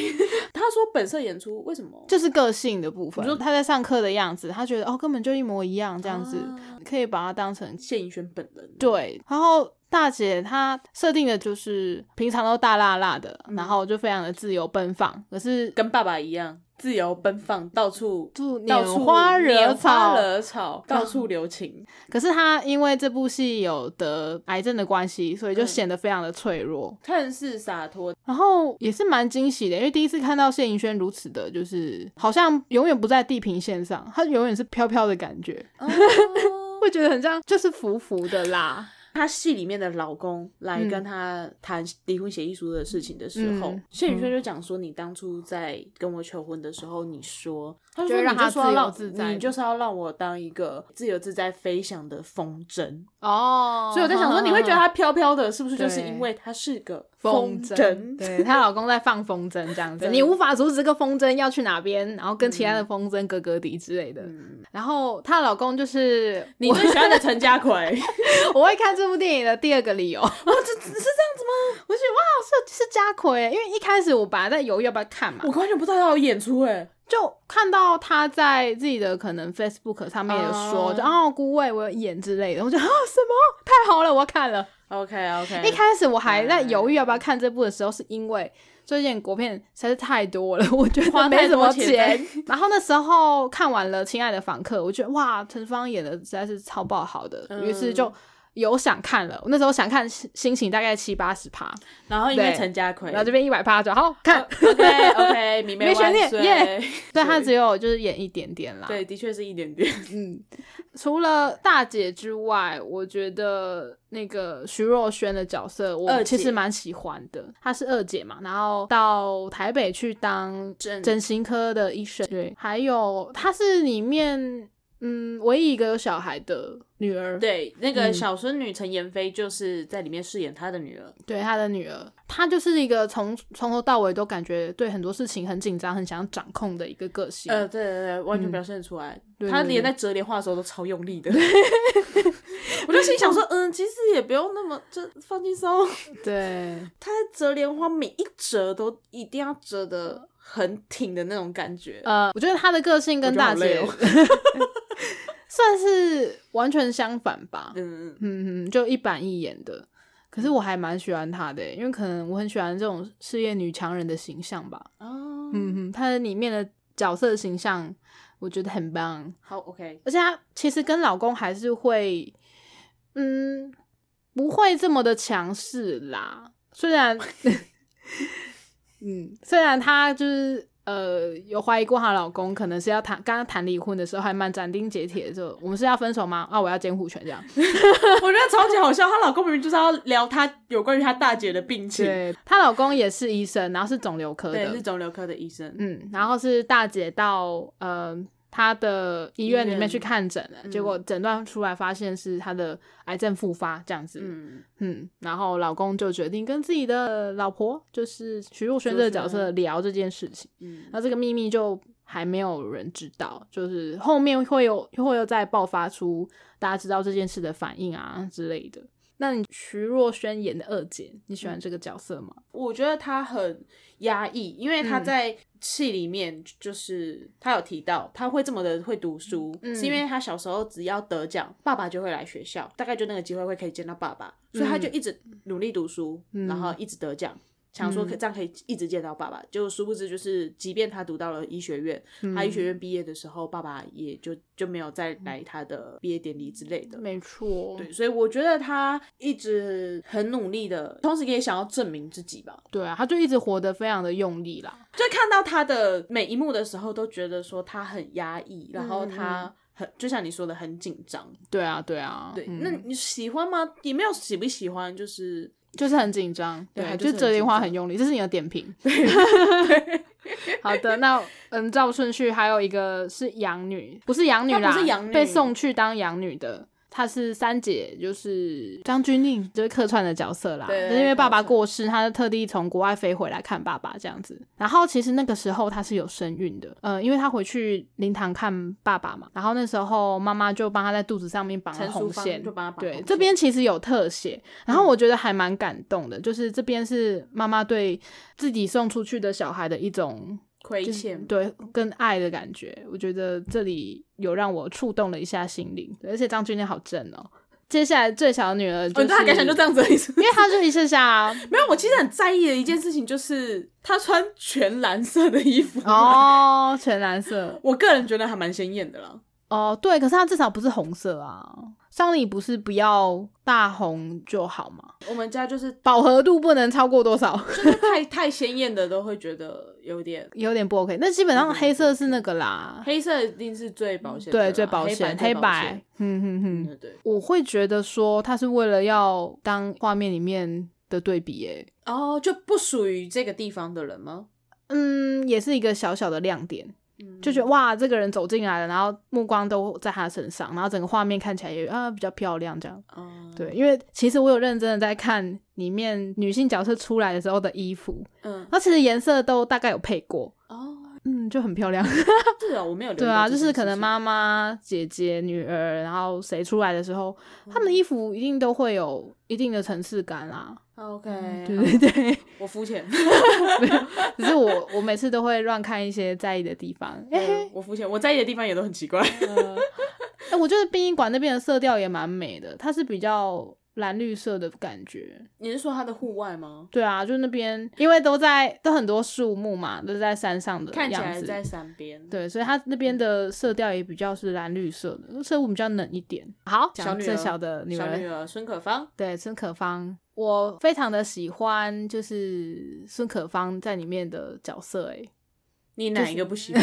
Speaker 2: 他说本色演出为什么？
Speaker 3: 就是个性的部分。
Speaker 2: 你
Speaker 3: 就
Speaker 2: 说
Speaker 3: 他在上课的样子，他觉得哦根本就一模一样这样子，
Speaker 2: 啊
Speaker 3: 可以把它当成
Speaker 2: 谢颖轩本人，
Speaker 3: 对，然后大姐她设定的就是平常都大辣辣的，
Speaker 2: 嗯
Speaker 3: 然后就非常的自由奔放，可是
Speaker 2: 跟爸爸一样自由奔放，到处
Speaker 3: 就
Speaker 2: 到
Speaker 3: 拈
Speaker 2: 处
Speaker 3: 花惹
Speaker 2: 拈花
Speaker 3: 草。
Speaker 2: 惹草，到处 留情。
Speaker 3: 可是她因为这部戏有得癌症的关系，所以就
Speaker 2: 嗯
Speaker 3: 显得非常的脆弱。
Speaker 2: 看似洒脱，
Speaker 3: 然后也是蛮惊喜的，因为第一次看到谢盈萱如此的，就是好像永远不在地平线上，她永远是飘飘的感觉， 会觉得很像就是浮浮的啦。
Speaker 2: 她戏里面的老公来
Speaker 3: 嗯
Speaker 2: 跟她谈离婚协议书的事情的时候
Speaker 3: 嗯，
Speaker 2: 谢宇轩就讲说：“你当初在跟我求婚的时候，你说，他就
Speaker 3: 就
Speaker 2: 说
Speaker 3: 让
Speaker 2: 你就
Speaker 3: 她
Speaker 2: 说要让
Speaker 3: 自由自在
Speaker 2: 你就是要让我当一个自由自在飞翔的风筝。
Speaker 3: 哦
Speaker 2: 所以我在想说，你会觉得她飘飘的，是不是就是
Speaker 3: 对
Speaker 2: 因为她是个
Speaker 3: 风筝，
Speaker 2: 筝？
Speaker 3: 对她老公在放风筝这样子，嗯
Speaker 2: 对
Speaker 3: 你无法阻止这个风筝要去哪边，然后跟其他的风筝格格敌之类的。
Speaker 2: 嗯
Speaker 3: 然后她老公就是
Speaker 2: 你最喜欢的陈家奎，
Speaker 3: 我会看这部电影的第二个理由，我哦这只是这样子吗？ 我觉得哇，是是家奎，欸因为一开始我本来在犹豫要不要看嘛
Speaker 2: 我，完全不知道他有演出哎。
Speaker 3: 就看到他在自己的可能 Facebook 上面有说，
Speaker 2: 哦
Speaker 3: 就哦，孤味我有演之类的，我就啊什么太好了，我要看了。
Speaker 2: OK OK，
Speaker 3: 一开始我还在犹豫要不要看这部的时候，是因为最近国片实在是太多了， 我觉
Speaker 2: 花
Speaker 3: 得
Speaker 2: 太
Speaker 3: 没什
Speaker 2: 多
Speaker 3: 么
Speaker 2: 钱
Speaker 3: 钱。然后那时候看完了《亲爱的访客》，我觉得哇，陈芳演的实在是超爆好的，
Speaker 2: 嗯
Speaker 3: 于是就有想看了。我那时候想看，心心情大概七八十趴，
Speaker 2: 然后因为
Speaker 3: 对
Speaker 2: 陈家奎，
Speaker 3: 然后这边一百趴就好 看。
Speaker 2: OK OK，迷妹
Speaker 3: 没悬
Speaker 2: 万
Speaker 3: 念
Speaker 2: 岁
Speaker 3: 耶！
Speaker 2: 呃对
Speaker 3: 对他只有就是演一点点啦，
Speaker 2: 对，的确是一点点。
Speaker 3: 嗯，除了大姐之外，我觉得那个徐若瑄的角色，我
Speaker 2: 二姐
Speaker 3: 其实蛮喜欢的。她是二姐嘛，然后到台北去当
Speaker 2: 整
Speaker 3: 整形科的医生。对，还有她是里面嗯唯一一个有小孩的女儿。
Speaker 2: 对，那个
Speaker 3: 嗯
Speaker 2: 小孙女陈妍霏就是在里面饰演她的女儿。
Speaker 3: 对他的女儿，她就是一个从从头到尾都感觉对很多事情很紧张、很想掌控的一个个性。
Speaker 2: 呃，对对对，完全
Speaker 3: 嗯
Speaker 2: 表现得出来。
Speaker 3: 对
Speaker 2: 她
Speaker 3: 对
Speaker 2: 连
Speaker 3: 对
Speaker 2: 在折莲花的时候都超用 力的。我就心想 说，嗯，其实也不用那么，就放轻松。
Speaker 3: 对，
Speaker 2: 她在折莲花每一折都一定要折的很挺的那种感觉。
Speaker 3: 呃，我觉得她的个性跟
Speaker 2: 我觉
Speaker 3: 大
Speaker 2: 得好累
Speaker 3: 姐、
Speaker 2: 哦
Speaker 3: 算是完全相反吧。
Speaker 2: 嗯嗯，
Speaker 3: 嗯，嗯，就一板一眼的。可是我还蛮喜欢她的欸，因为可能我很喜欢这种事业女强人的形象吧。
Speaker 2: 哦，
Speaker 3: 嗯哼，她里面的角色形象我觉得很棒，
Speaker 2: 好，OK，
Speaker 3: 而且她其实跟老公还是会，嗯，不会这么的强势啦。虽然， 嗯，虽然她就是呃有怀疑过她老公可能是要谈，刚刚谈离婚的时候还蛮斩钉截铁的，就我们是要分手吗？啊，我要监护权这样。
Speaker 2: 我觉得超级好笑。她老公明明就是要聊她有关于她大姐的病情，
Speaker 3: 对，她老公也是医生，然后是肿瘤科
Speaker 2: 对，
Speaker 3: 的
Speaker 2: 是，肿瘤科的医生。
Speaker 3: 嗯，然后是大姐到呃她的医院里面去看诊了，
Speaker 2: 嗯
Speaker 3: 结果诊断出来发现是她的癌症复发这样子，嗯
Speaker 2: 嗯，
Speaker 3: 然后老公就决定跟自己的老婆，就是徐若瑄这个角
Speaker 2: 就是
Speaker 3: 色聊这件事情，
Speaker 2: 嗯
Speaker 3: 那这个秘密就。还没有人知道，就是后面会有会有再爆发出大家知道这件事的反应啊之类的。那你徐若瑄演的二姐，你
Speaker 2: 嗯
Speaker 3: 喜欢这个角色吗？
Speaker 2: 我觉得他很压抑，因为他
Speaker 3: 嗯
Speaker 2: 在戏里面就是他有提到他会这么的会读书，
Speaker 3: 嗯
Speaker 2: 是因为他小时候只要得奖，爸爸就会来学校，大概就那个机会会可以见到爸爸，所以他就一直努力读书，
Speaker 3: 嗯
Speaker 2: 然后一直得奖。想说可
Speaker 3: 嗯
Speaker 2: 这样可以一直见到爸爸，就殊不知就是，即便他读到了医学院，他医
Speaker 3: 嗯
Speaker 2: 学院毕业的时候，爸爸也就就没有再来他的毕业典礼之类的。
Speaker 3: 没错，
Speaker 2: 对，所以我觉得他一直很努力的，同时也想要证明自己吧。
Speaker 3: 对啊，他就一直活得非常的用力啦。
Speaker 2: 就看到他的每一幕的时候，都觉得说他很压抑，然后
Speaker 3: 嗯
Speaker 2: 他很就像你说的很紧张。
Speaker 3: 对啊，对啊，
Speaker 2: 对，
Speaker 3: 嗯
Speaker 2: 那你喜欢吗？也没有喜不喜欢，就是
Speaker 3: 就是很紧张，
Speaker 2: 对他
Speaker 3: 对，
Speaker 2: 就是
Speaker 3: 折莲花
Speaker 2: 很紧张
Speaker 3: 很用力，这是你的点评。 好的，那嗯，照顺序还有一个是养女，不是养女
Speaker 2: 她
Speaker 3: 啦，
Speaker 2: 不是养女
Speaker 3: 被送去当养女的。她是三姐，就是张钧甯，就是客串的角色啦。
Speaker 2: 对对
Speaker 3: 就是因为爸爸
Speaker 2: 客串
Speaker 3: 过世，她就特地从国外飞回来看爸爸这样子。然后其实那个时候她是有身孕的，呃，因为她回去灵堂看爸爸嘛。然后那时候妈妈就帮她在肚子上面绑了
Speaker 2: 呃陈淑
Speaker 3: 红
Speaker 2: 芳
Speaker 3: 线，
Speaker 2: 就帮他绑
Speaker 3: 对，
Speaker 2: 红
Speaker 3: 这
Speaker 2: 线
Speaker 3: 边其实有特写，然
Speaker 2: 嗯
Speaker 3: 后我觉得还蛮感动的，就是这边是妈妈对自己送出去的小孩的一种
Speaker 2: 亏
Speaker 3: 就是
Speaker 2: 欠。
Speaker 3: 对跟爱的感觉。我觉得这里有让我触动了一下心灵，对而且张钧甯好正哦。接下来最小的女儿就
Speaker 2: 我
Speaker 3: 是，
Speaker 2: 对他感想就这样子而已，是不
Speaker 3: 因
Speaker 2: 是
Speaker 3: 为她就一下下 啊
Speaker 2: 没有。我其实很在意的一件事情就是他穿全蓝色的衣服，
Speaker 3: 哦，全蓝色
Speaker 2: 我个人觉得还蛮鲜艳的啦。
Speaker 3: 哦，对，可是她至少不是红色啊。丧礼不是不要大红就好吗？
Speaker 2: 我们 家就是
Speaker 3: 饱和度不能超过多少？
Speaker 2: 就是太太鲜艳的都会觉得有点
Speaker 3: 有点不 OK。那基本上黑色是那个啦，
Speaker 2: 黑色，一定是最保险的啦，
Speaker 3: 嗯对，最保
Speaker 2: 黑白
Speaker 3: 险，
Speaker 2: 最
Speaker 3: 黑
Speaker 2: 保险
Speaker 3: 白。，嗯哼
Speaker 2: 嗯，
Speaker 3: 哼。
Speaker 2: 对对。
Speaker 3: 我会觉得说他是为了要当画面里面的对比、耶，
Speaker 2: 哦，就不属于这个地方的人吗？
Speaker 3: 嗯，也是一个小小的亮点，
Speaker 2: 嗯
Speaker 3: 就觉得哇，这个人走进来了，然后目光都在他身上，然后整个画面看起来也啊比较漂亮这样。
Speaker 2: 哦
Speaker 3: 对，，因为其实我有认真的在看里面女性角色出来的时候的衣服，
Speaker 2: 嗯，
Speaker 3: 它其实颜色都大概有配过，
Speaker 2: 哦，
Speaker 3: 嗯，就很漂亮。
Speaker 2: 是啊，我没有留意
Speaker 3: 对
Speaker 2: 到
Speaker 3: 啊，
Speaker 2: 这
Speaker 3: 就
Speaker 2: 件
Speaker 3: 是可
Speaker 2: 事
Speaker 3: 能
Speaker 2: 情，
Speaker 3: 妈妈、姐姐、女儿，然后谁出来的时候，他
Speaker 2: 嗯
Speaker 3: 们的衣服一定都会有一定的层次感啦。
Speaker 2: OK，
Speaker 3: 嗯对
Speaker 2: 好
Speaker 3: 对对，
Speaker 2: 我肤 浅，
Speaker 3: 只是我我每次都会乱看一些在意的地方。哎、
Speaker 2: 嗯我肤浅，我在意的地方也都很奇怪。
Speaker 3: 呃 哎我觉得殡仪馆那边的色调也蛮美的，它是比较蓝绿色的感觉。
Speaker 2: 你是说他的户外吗？
Speaker 3: 对啊，就那边因为都在都很多树木嘛，都在山上的
Speaker 2: 看起
Speaker 3: 样
Speaker 2: 来
Speaker 3: 子。
Speaker 2: 在嗯山边，，
Speaker 3: 对，所以它那边的色调也比较是蓝绿色的，色雾比较冷一点。好，
Speaker 2: 小
Speaker 3: 讲
Speaker 2: 女
Speaker 3: 最
Speaker 2: 儿，
Speaker 3: 小的女
Speaker 2: 小
Speaker 3: 儿
Speaker 2: 女儿孙可芳，
Speaker 3: 对，孙可芳，我非常的喜欢，就是孙可芳在里面的角色、欸，
Speaker 2: 你哪一个不喜 欢？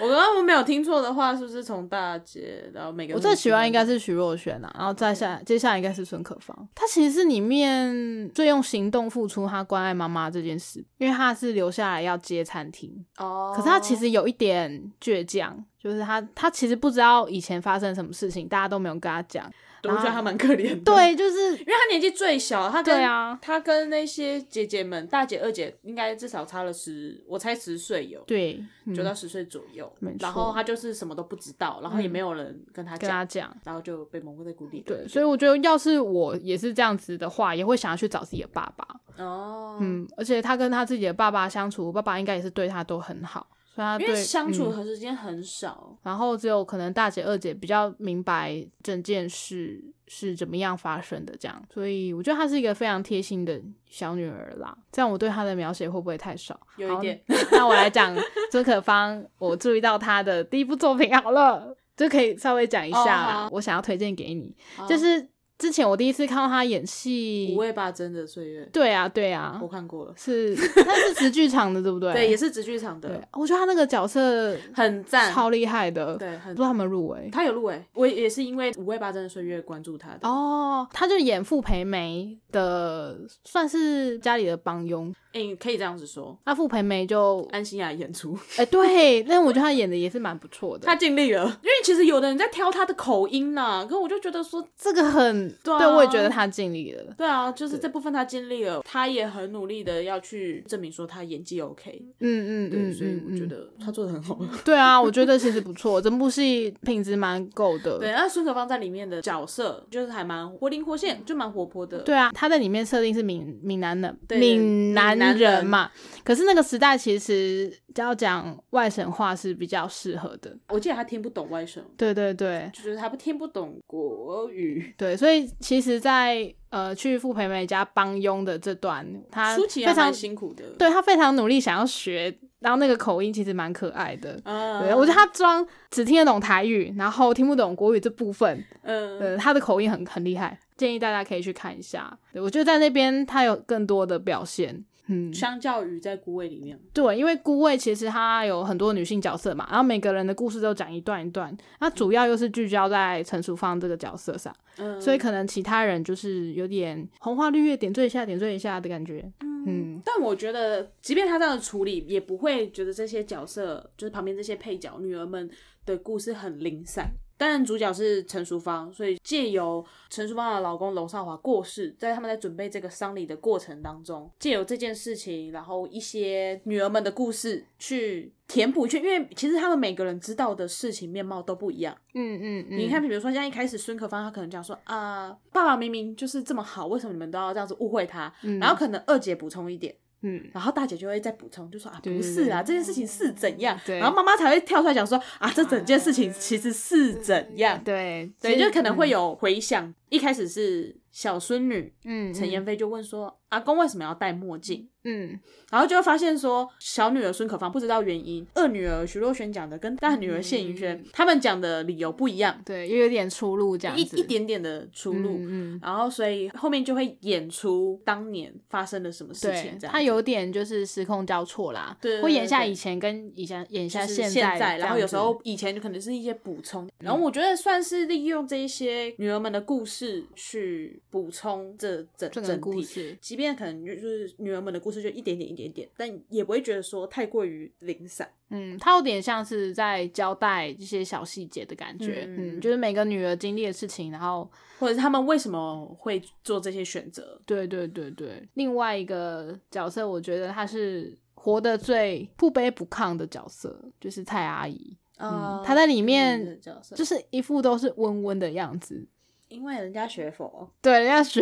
Speaker 2: 我刚刚我没有听错的话，是不是从大姐，然后每个
Speaker 3: 我
Speaker 2: 都
Speaker 3: 最喜欢应该
Speaker 2: 是
Speaker 3: 是徐若瑄啊，然后再下接下来应该是孙可芳。她其实是里面最用行动付出她关爱妈妈这件事，因为她是留下来要接餐厅，
Speaker 2: 哦，
Speaker 3: 可是她其实有一点倔强，就是她她其实不知道以前发生什么事情，大家都没有跟她讲。
Speaker 2: 我觉得她蛮可怜的。，
Speaker 3: 对，就是
Speaker 2: 因为她年纪最小，她跟
Speaker 3: 对啊
Speaker 2: 她跟那些姐姐们，大姐、二姐应该至少差了十，我猜十岁有。
Speaker 3: 对，嗯
Speaker 2: 九到十岁左右
Speaker 3: 没错，
Speaker 2: 然后她就是什么都不知道，然后也
Speaker 3: 嗯
Speaker 2: 没有人跟她
Speaker 3: 跟她
Speaker 2: 讲，
Speaker 3: 讲。
Speaker 2: 然后就被蒙在鼓里。
Speaker 3: 对，所以我觉得要是我也是这样子的话，也会想要去找自己的爸爸。
Speaker 2: 哦，
Speaker 3: 嗯，而且她跟她自己的爸爸相处，爸爸应该也是对她都很好，所以她
Speaker 2: 因
Speaker 3: 对
Speaker 2: 为相处
Speaker 3: 嗯
Speaker 2: 的时间很少，
Speaker 3: 然后只有可能大姐、二姐比较明白整件事是怎么样发生的，这样，所以我觉得她是一个非常贴心的小女儿啦。这样我对她的描写会不会太少？
Speaker 2: 有一点。
Speaker 3: 好。那我来讲孙可芳，我注意到她的第一部作品好了，就可以稍微讲一下啦。
Speaker 2: 哦好
Speaker 3: 我想要推荐给你，
Speaker 2: 哦
Speaker 3: 就是之前我第一次看到她演
Speaker 2: 五
Speaker 3: 戏，
Speaker 2: 味八珍的岁月，
Speaker 3: 对啊，对啊
Speaker 2: 我，看过了，
Speaker 3: 是她是直剧场的，对不对？
Speaker 2: 对，也是直剧场
Speaker 3: 对
Speaker 2: 的，，
Speaker 3: 我觉得她那个角色
Speaker 2: 很赞，
Speaker 3: 超厉害的，
Speaker 2: 对，很
Speaker 3: 不知道他们入围。
Speaker 2: 他有入围，我也是因为五味八珍的岁月关注他的。
Speaker 3: 哦，他就演傅培梅的，算是家里的帮佣。
Speaker 2: 诶，你可以这样子说，
Speaker 3: 那傅培梅 就，哎、
Speaker 2: 安心雅啊演出，
Speaker 3: 对，但我觉得他演的也是蛮不错的。
Speaker 2: 他尽力了，因为其实有的人在挑他的口音呐、可我就觉得说，
Speaker 3: 这个很，
Speaker 2: 对啊
Speaker 3: 我也觉得他尽力了。
Speaker 2: 对啊，就是这部分他尽力了，
Speaker 3: 嗯
Speaker 2: 他也很努力的要去证明说他演技 OK，
Speaker 3: 嗯嗯
Speaker 2: 对，
Speaker 3: 嗯，
Speaker 2: 所以
Speaker 3: 嗯
Speaker 2: 我觉，
Speaker 3: 嗯
Speaker 2: 得他做的 很好。
Speaker 3: 对啊，我觉得其实不错，整部戏品质蛮够的。
Speaker 2: 对，那孙可芳在里面的角色就是还蛮活灵活现，就蛮活泼的。
Speaker 3: 对啊，他在里面设定是闽闽南人，
Speaker 2: 对
Speaker 3: 闽南
Speaker 2: 闽南
Speaker 3: 人
Speaker 2: 人
Speaker 3: 嘛。可是那个时代其实要讲外省话是比较适合的。
Speaker 2: 我记得他听不懂外省，
Speaker 3: 对对对，
Speaker 2: 就是他不听不懂国语，
Speaker 3: 对，所以其实在，呃去傅培梅家帮佣的这段，他
Speaker 2: 舒淇
Speaker 3: 非
Speaker 2: 还
Speaker 3: 常
Speaker 2: 蛮辛苦的。
Speaker 3: 对他非常努力想要学，然后那个口音其实蛮可爱的。
Speaker 2: 啊，
Speaker 3: 对，我觉得他装只听得懂台语，然后听不懂国语这部分，
Speaker 2: 嗯，
Speaker 3: 呃，他的口音很很厉害，建议大家可以去看一下。对我觉得在那边他有更多的表现，嗯，
Speaker 2: 相较于在孤味里面，
Speaker 3: 对，因为孤味其实它有很多女性角色嘛，然后每个人的故事都讲一段一段，那主要又是聚焦在陈淑芳这个角色上。
Speaker 2: 嗯，
Speaker 3: 所以可能其他人就是有点红花绿叶点缀一下，点缀一下的感觉。嗯，
Speaker 2: 但我觉得，即便他这样的处理，也不会觉得这些角色，就是旁边这些配角女儿们的故事很零散。当然，主角是陈淑芳，所以借由陈淑芳的老公娄少华过世，在他们在准备这个丧礼的过程当中，借由这件事情，然后一些女儿们的故事去填补一圈，因为其实他们每个人知道的事情面貌都不一样。
Speaker 3: 嗯嗯嗯
Speaker 2: 你看，比如说像一开始孙可芳，她可能讲说啊、爸爸明明就是这么好，为什么你们都要这样子误会他？
Speaker 3: 嗯
Speaker 2: 然后可能二姐补充一点。
Speaker 3: 嗯，
Speaker 2: 然后大姐就会再补充，就说啊，
Speaker 3: 对
Speaker 2: 不是啊，这件事情是怎样，
Speaker 3: 对
Speaker 2: 然后妈妈才会跳出来讲说啊，这整件事情其实是怎样，
Speaker 3: 对，嗯
Speaker 2: 对，就可能会
Speaker 3: 有
Speaker 2: 有回想。一开始是小孙女
Speaker 3: 嗯
Speaker 2: 陈妍霏就问说，阿公为什么要戴墨镜？
Speaker 3: 嗯
Speaker 2: 然后就会发现说，小女儿孙可芳不知道原因，二女儿徐若瑄讲的跟大女儿谢盈萱他们讲的理由不一样，
Speaker 3: 对，又有点出入嗯这样
Speaker 2: 一
Speaker 3: 子，
Speaker 2: 一点点的出入。
Speaker 3: 嗯嗯。
Speaker 2: 然后，所以后面就会演出当年发生了什么事
Speaker 3: 对
Speaker 2: 情，这样
Speaker 3: 他
Speaker 2: 子
Speaker 3: 有点就是时空交错啦，
Speaker 2: 对对
Speaker 3: 会演下
Speaker 2: 对
Speaker 3: 以前跟以前演下
Speaker 2: 就是
Speaker 3: 现
Speaker 2: 在，
Speaker 3: 在
Speaker 2: 然后有时候以前就可能是一些补充，
Speaker 3: 嗯
Speaker 2: 然后我觉得算是利用这一些女儿们的故事去补充这整
Speaker 3: 这个
Speaker 2: 整
Speaker 3: 故
Speaker 2: 体。
Speaker 3: 事，
Speaker 2: 即便可能就是女儿们的故事就一点点一点点，但也不会觉得说太过于零散。
Speaker 3: 嗯，他有点像是在交代一些小细节的感觉，
Speaker 2: 嗯
Speaker 3: 嗯，就是每个女儿经历的事情，然后
Speaker 2: 或者是他们为什么会做这些选择？
Speaker 3: 对对对对，另外一个角色，我觉得她是活得最不卑不亢的角色，就是蔡阿姨，嗯她在里面
Speaker 2: 就是角色，
Speaker 3: 就是一副都是温温的样子，
Speaker 2: 因为人家学佛，
Speaker 3: 对，人家学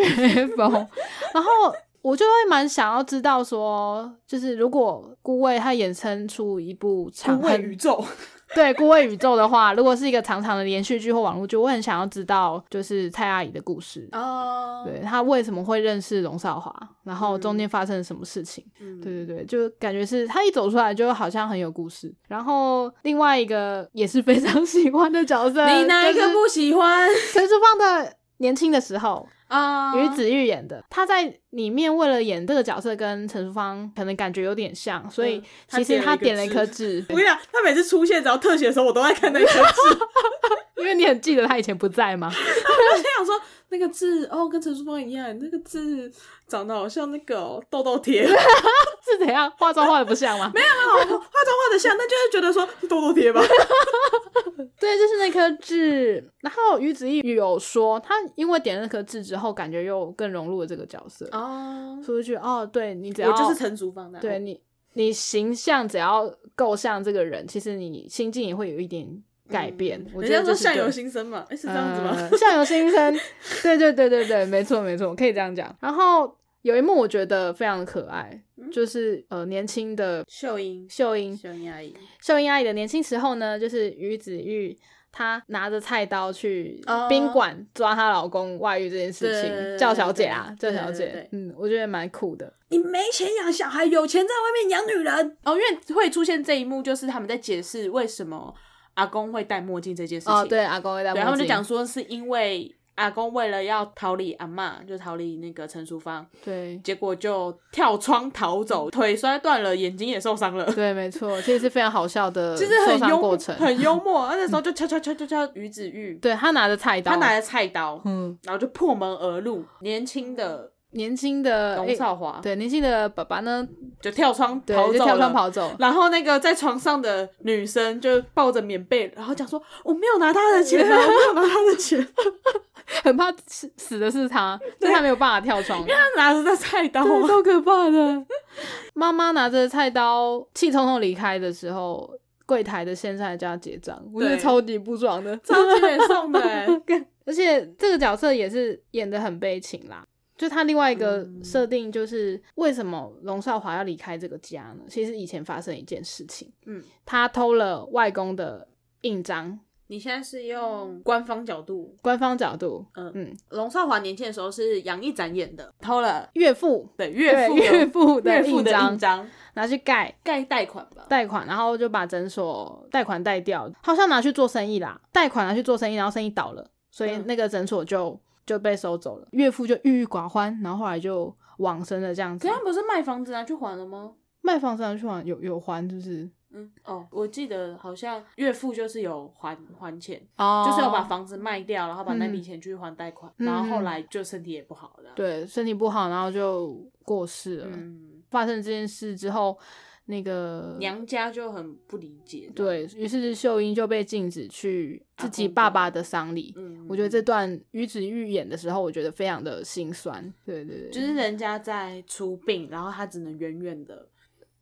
Speaker 3: 风，然后。我就会蛮想要知道说，就是如果顾魏他衍生出一部
Speaker 2: 不
Speaker 3: 长
Speaker 2: 畏
Speaker 3: 很
Speaker 2: 宇宙。
Speaker 3: 对顾魏宇宙的话，如果是一个长长的连续剧或网络剧，我很想要知道就是蔡阿姨的故事，
Speaker 2: 哦
Speaker 3: 对，她为什么会认识龙少华，然后中间发生了什么事情。
Speaker 2: 嗯
Speaker 3: 对对对，就感觉是他一走出来就好像很有故事。然后另外一个也是 非常喜欢的角色，
Speaker 2: 你哪一
Speaker 3: 就
Speaker 2: 个
Speaker 3: 是
Speaker 2: 不喜欢？
Speaker 3: 陈淑芳的年轻的时候，
Speaker 2: 啊，
Speaker 3: 于子玉演的，他在里面为了演这个角色，跟陈淑芳可能感觉有点像，所以
Speaker 2: 嗯他
Speaker 3: 其实
Speaker 2: 点了
Speaker 3: 他
Speaker 2: 一个
Speaker 3: 点了一
Speaker 2: 痣
Speaker 3: 颗痣，
Speaker 2: 我跟你讲，他每次出现只要特写的时候，我都在看那个字。
Speaker 3: 因为你很记得他以前不在吗？
Speaker 2: 我心想说，那个字哦，跟陈淑芳一样，那个字长得好像那个哦痘痘贴， 没有
Speaker 3: 是怎样化妆化的不像 吗？没有，
Speaker 2: 化妆画的像，但就是觉得说是痘痘贴吧。
Speaker 3: 对，就是那颗痣。然后于子玉有说，他因为点了那颗痣之后，感觉又更融入了这个角色，
Speaker 2: 哦，
Speaker 3: 所以就觉得哦，对你只要
Speaker 2: 我就是嗯陈淑芳的，啊
Speaker 3: 对你，你形象只要够像这个人，其实你心境也会有一点改变。我
Speaker 2: 嗯人
Speaker 3: 觉
Speaker 2: 家
Speaker 3: 得
Speaker 2: 说
Speaker 3: 这是
Speaker 2: 相
Speaker 3: 对
Speaker 2: 由心生嘛，哎，是这样子吗？
Speaker 3: 呃相由心生，对对对对对，没错没错，可以这样讲。然后有一幕我觉得非常可爱，
Speaker 2: 嗯
Speaker 3: 就是呃年轻的
Speaker 2: 秀英，
Speaker 3: 秀英，
Speaker 2: 秀英阿姨，
Speaker 3: 秀英阿姨的年轻时候呢，就是于子玉。她拿着菜刀去
Speaker 2: 哦
Speaker 3: 宾馆抓她老公外遇这件事
Speaker 2: 对对
Speaker 3: 情，
Speaker 2: 对
Speaker 3: 叫小姐啊，
Speaker 2: 对
Speaker 3: 叫小
Speaker 2: 对对对
Speaker 3: 姐
Speaker 2: 对，
Speaker 3: 嗯，我觉得蛮酷的。
Speaker 2: 你没钱养小孩，有钱在外面养女人。哦，因为会出现这一幕，就是他们在解释为什么阿公会戴墨镜这件事情。
Speaker 3: 哦，对，阿公会戴墨
Speaker 2: 对，
Speaker 3: 镜，
Speaker 2: 他们就讲说是因为阿公为了要逃离阿嬷，就逃离那个陈淑芳，
Speaker 3: 对，
Speaker 2: 结果就跳窗逃走，腿摔断了，眼睛也受伤 了。
Speaker 3: 对，没错，其实是非常好笑的
Speaker 2: 其实
Speaker 3: 受
Speaker 2: 很
Speaker 3: 伤
Speaker 2: 幽
Speaker 3: 过程。
Speaker 2: 很幽默。他那时候就敲敲敲敲敲于子玉，
Speaker 3: 对他拿着菜刀，
Speaker 2: 他拿着菜刀，
Speaker 3: 嗯，
Speaker 2: 然后就破门而入。年轻的
Speaker 3: 年轻的
Speaker 2: 龙
Speaker 3: 诶
Speaker 2: 少华
Speaker 3: 哎对年轻的爸爸呢，
Speaker 2: 就跳窗
Speaker 3: 对
Speaker 2: 逃走
Speaker 3: 就跳窗
Speaker 2: 了
Speaker 3: 跑 走。
Speaker 2: 然后那个在床上的女生就抱着棉被，然后讲说：“我没有拿他的钱啊，我没有拿他的钱。”
Speaker 3: 很怕死死的是他，但他没有办法跳窗，对，
Speaker 2: 他拿着那菜刀啊，
Speaker 3: 超可怕的。 妈妈拿着菜刀气冲冲离开的时候，柜台的先生还叫他结账，我觉得
Speaker 2: 对
Speaker 3: 超级不爽的。
Speaker 2: 超级脸送 的、欸。
Speaker 3: 而且这个角色也是演的很悲情啦。就他另外一个
Speaker 2: 嗯
Speaker 3: 设定，就是为什么龙少华要离开这个家呢？其实以前发生一件事情，
Speaker 2: 嗯，
Speaker 3: 他偷了外公的印章，
Speaker 2: 你现在是用官方角度，
Speaker 3: 官方角度，
Speaker 2: 嗯
Speaker 3: 嗯，
Speaker 2: 龙少华年轻的时候是杨一展演的，偷了
Speaker 3: 岳父
Speaker 2: 对岳父
Speaker 3: 对岳父
Speaker 2: 的岳
Speaker 3: 的
Speaker 2: 父
Speaker 3: 印
Speaker 2: 的
Speaker 3: 章
Speaker 2: 印章
Speaker 3: 拿去盖
Speaker 2: 盖贷款吧。
Speaker 3: 贷款，然后就把诊所贷款贷掉，好像拿去做生意啦，贷款拿去做生意，然后生意倒了，所以
Speaker 2: 嗯
Speaker 3: 那个诊所就就被收走了。岳父就郁郁寡欢，然后后来就往生了这样子
Speaker 2: 可他。不是卖房子拿去还了吗？
Speaker 3: 卖房子拿去还有有还就是
Speaker 2: 嗯，哦，我记得好像岳父就是有还还钱，
Speaker 3: 哦
Speaker 2: 就是要把房子卖掉，然后把那笔
Speaker 3: 嗯
Speaker 2: 钱去还贷款，
Speaker 3: 嗯
Speaker 2: 然后后来就身体也不好了。，
Speaker 3: 对身体不好，然后就过世了。
Speaker 2: 嗯，
Speaker 3: 发生这件事之后，那个
Speaker 2: 娘家就很不理解。，
Speaker 3: 对于是秀英就被禁止去自己
Speaker 2: 阿公
Speaker 3: 爸
Speaker 2: 家
Speaker 3: 爸的丧礼。
Speaker 2: 嗯，
Speaker 3: 我觉得这段于子玉演的时候，我觉得非常的心酸。对对对，
Speaker 2: 就是人家在出殡，然后他只能远远的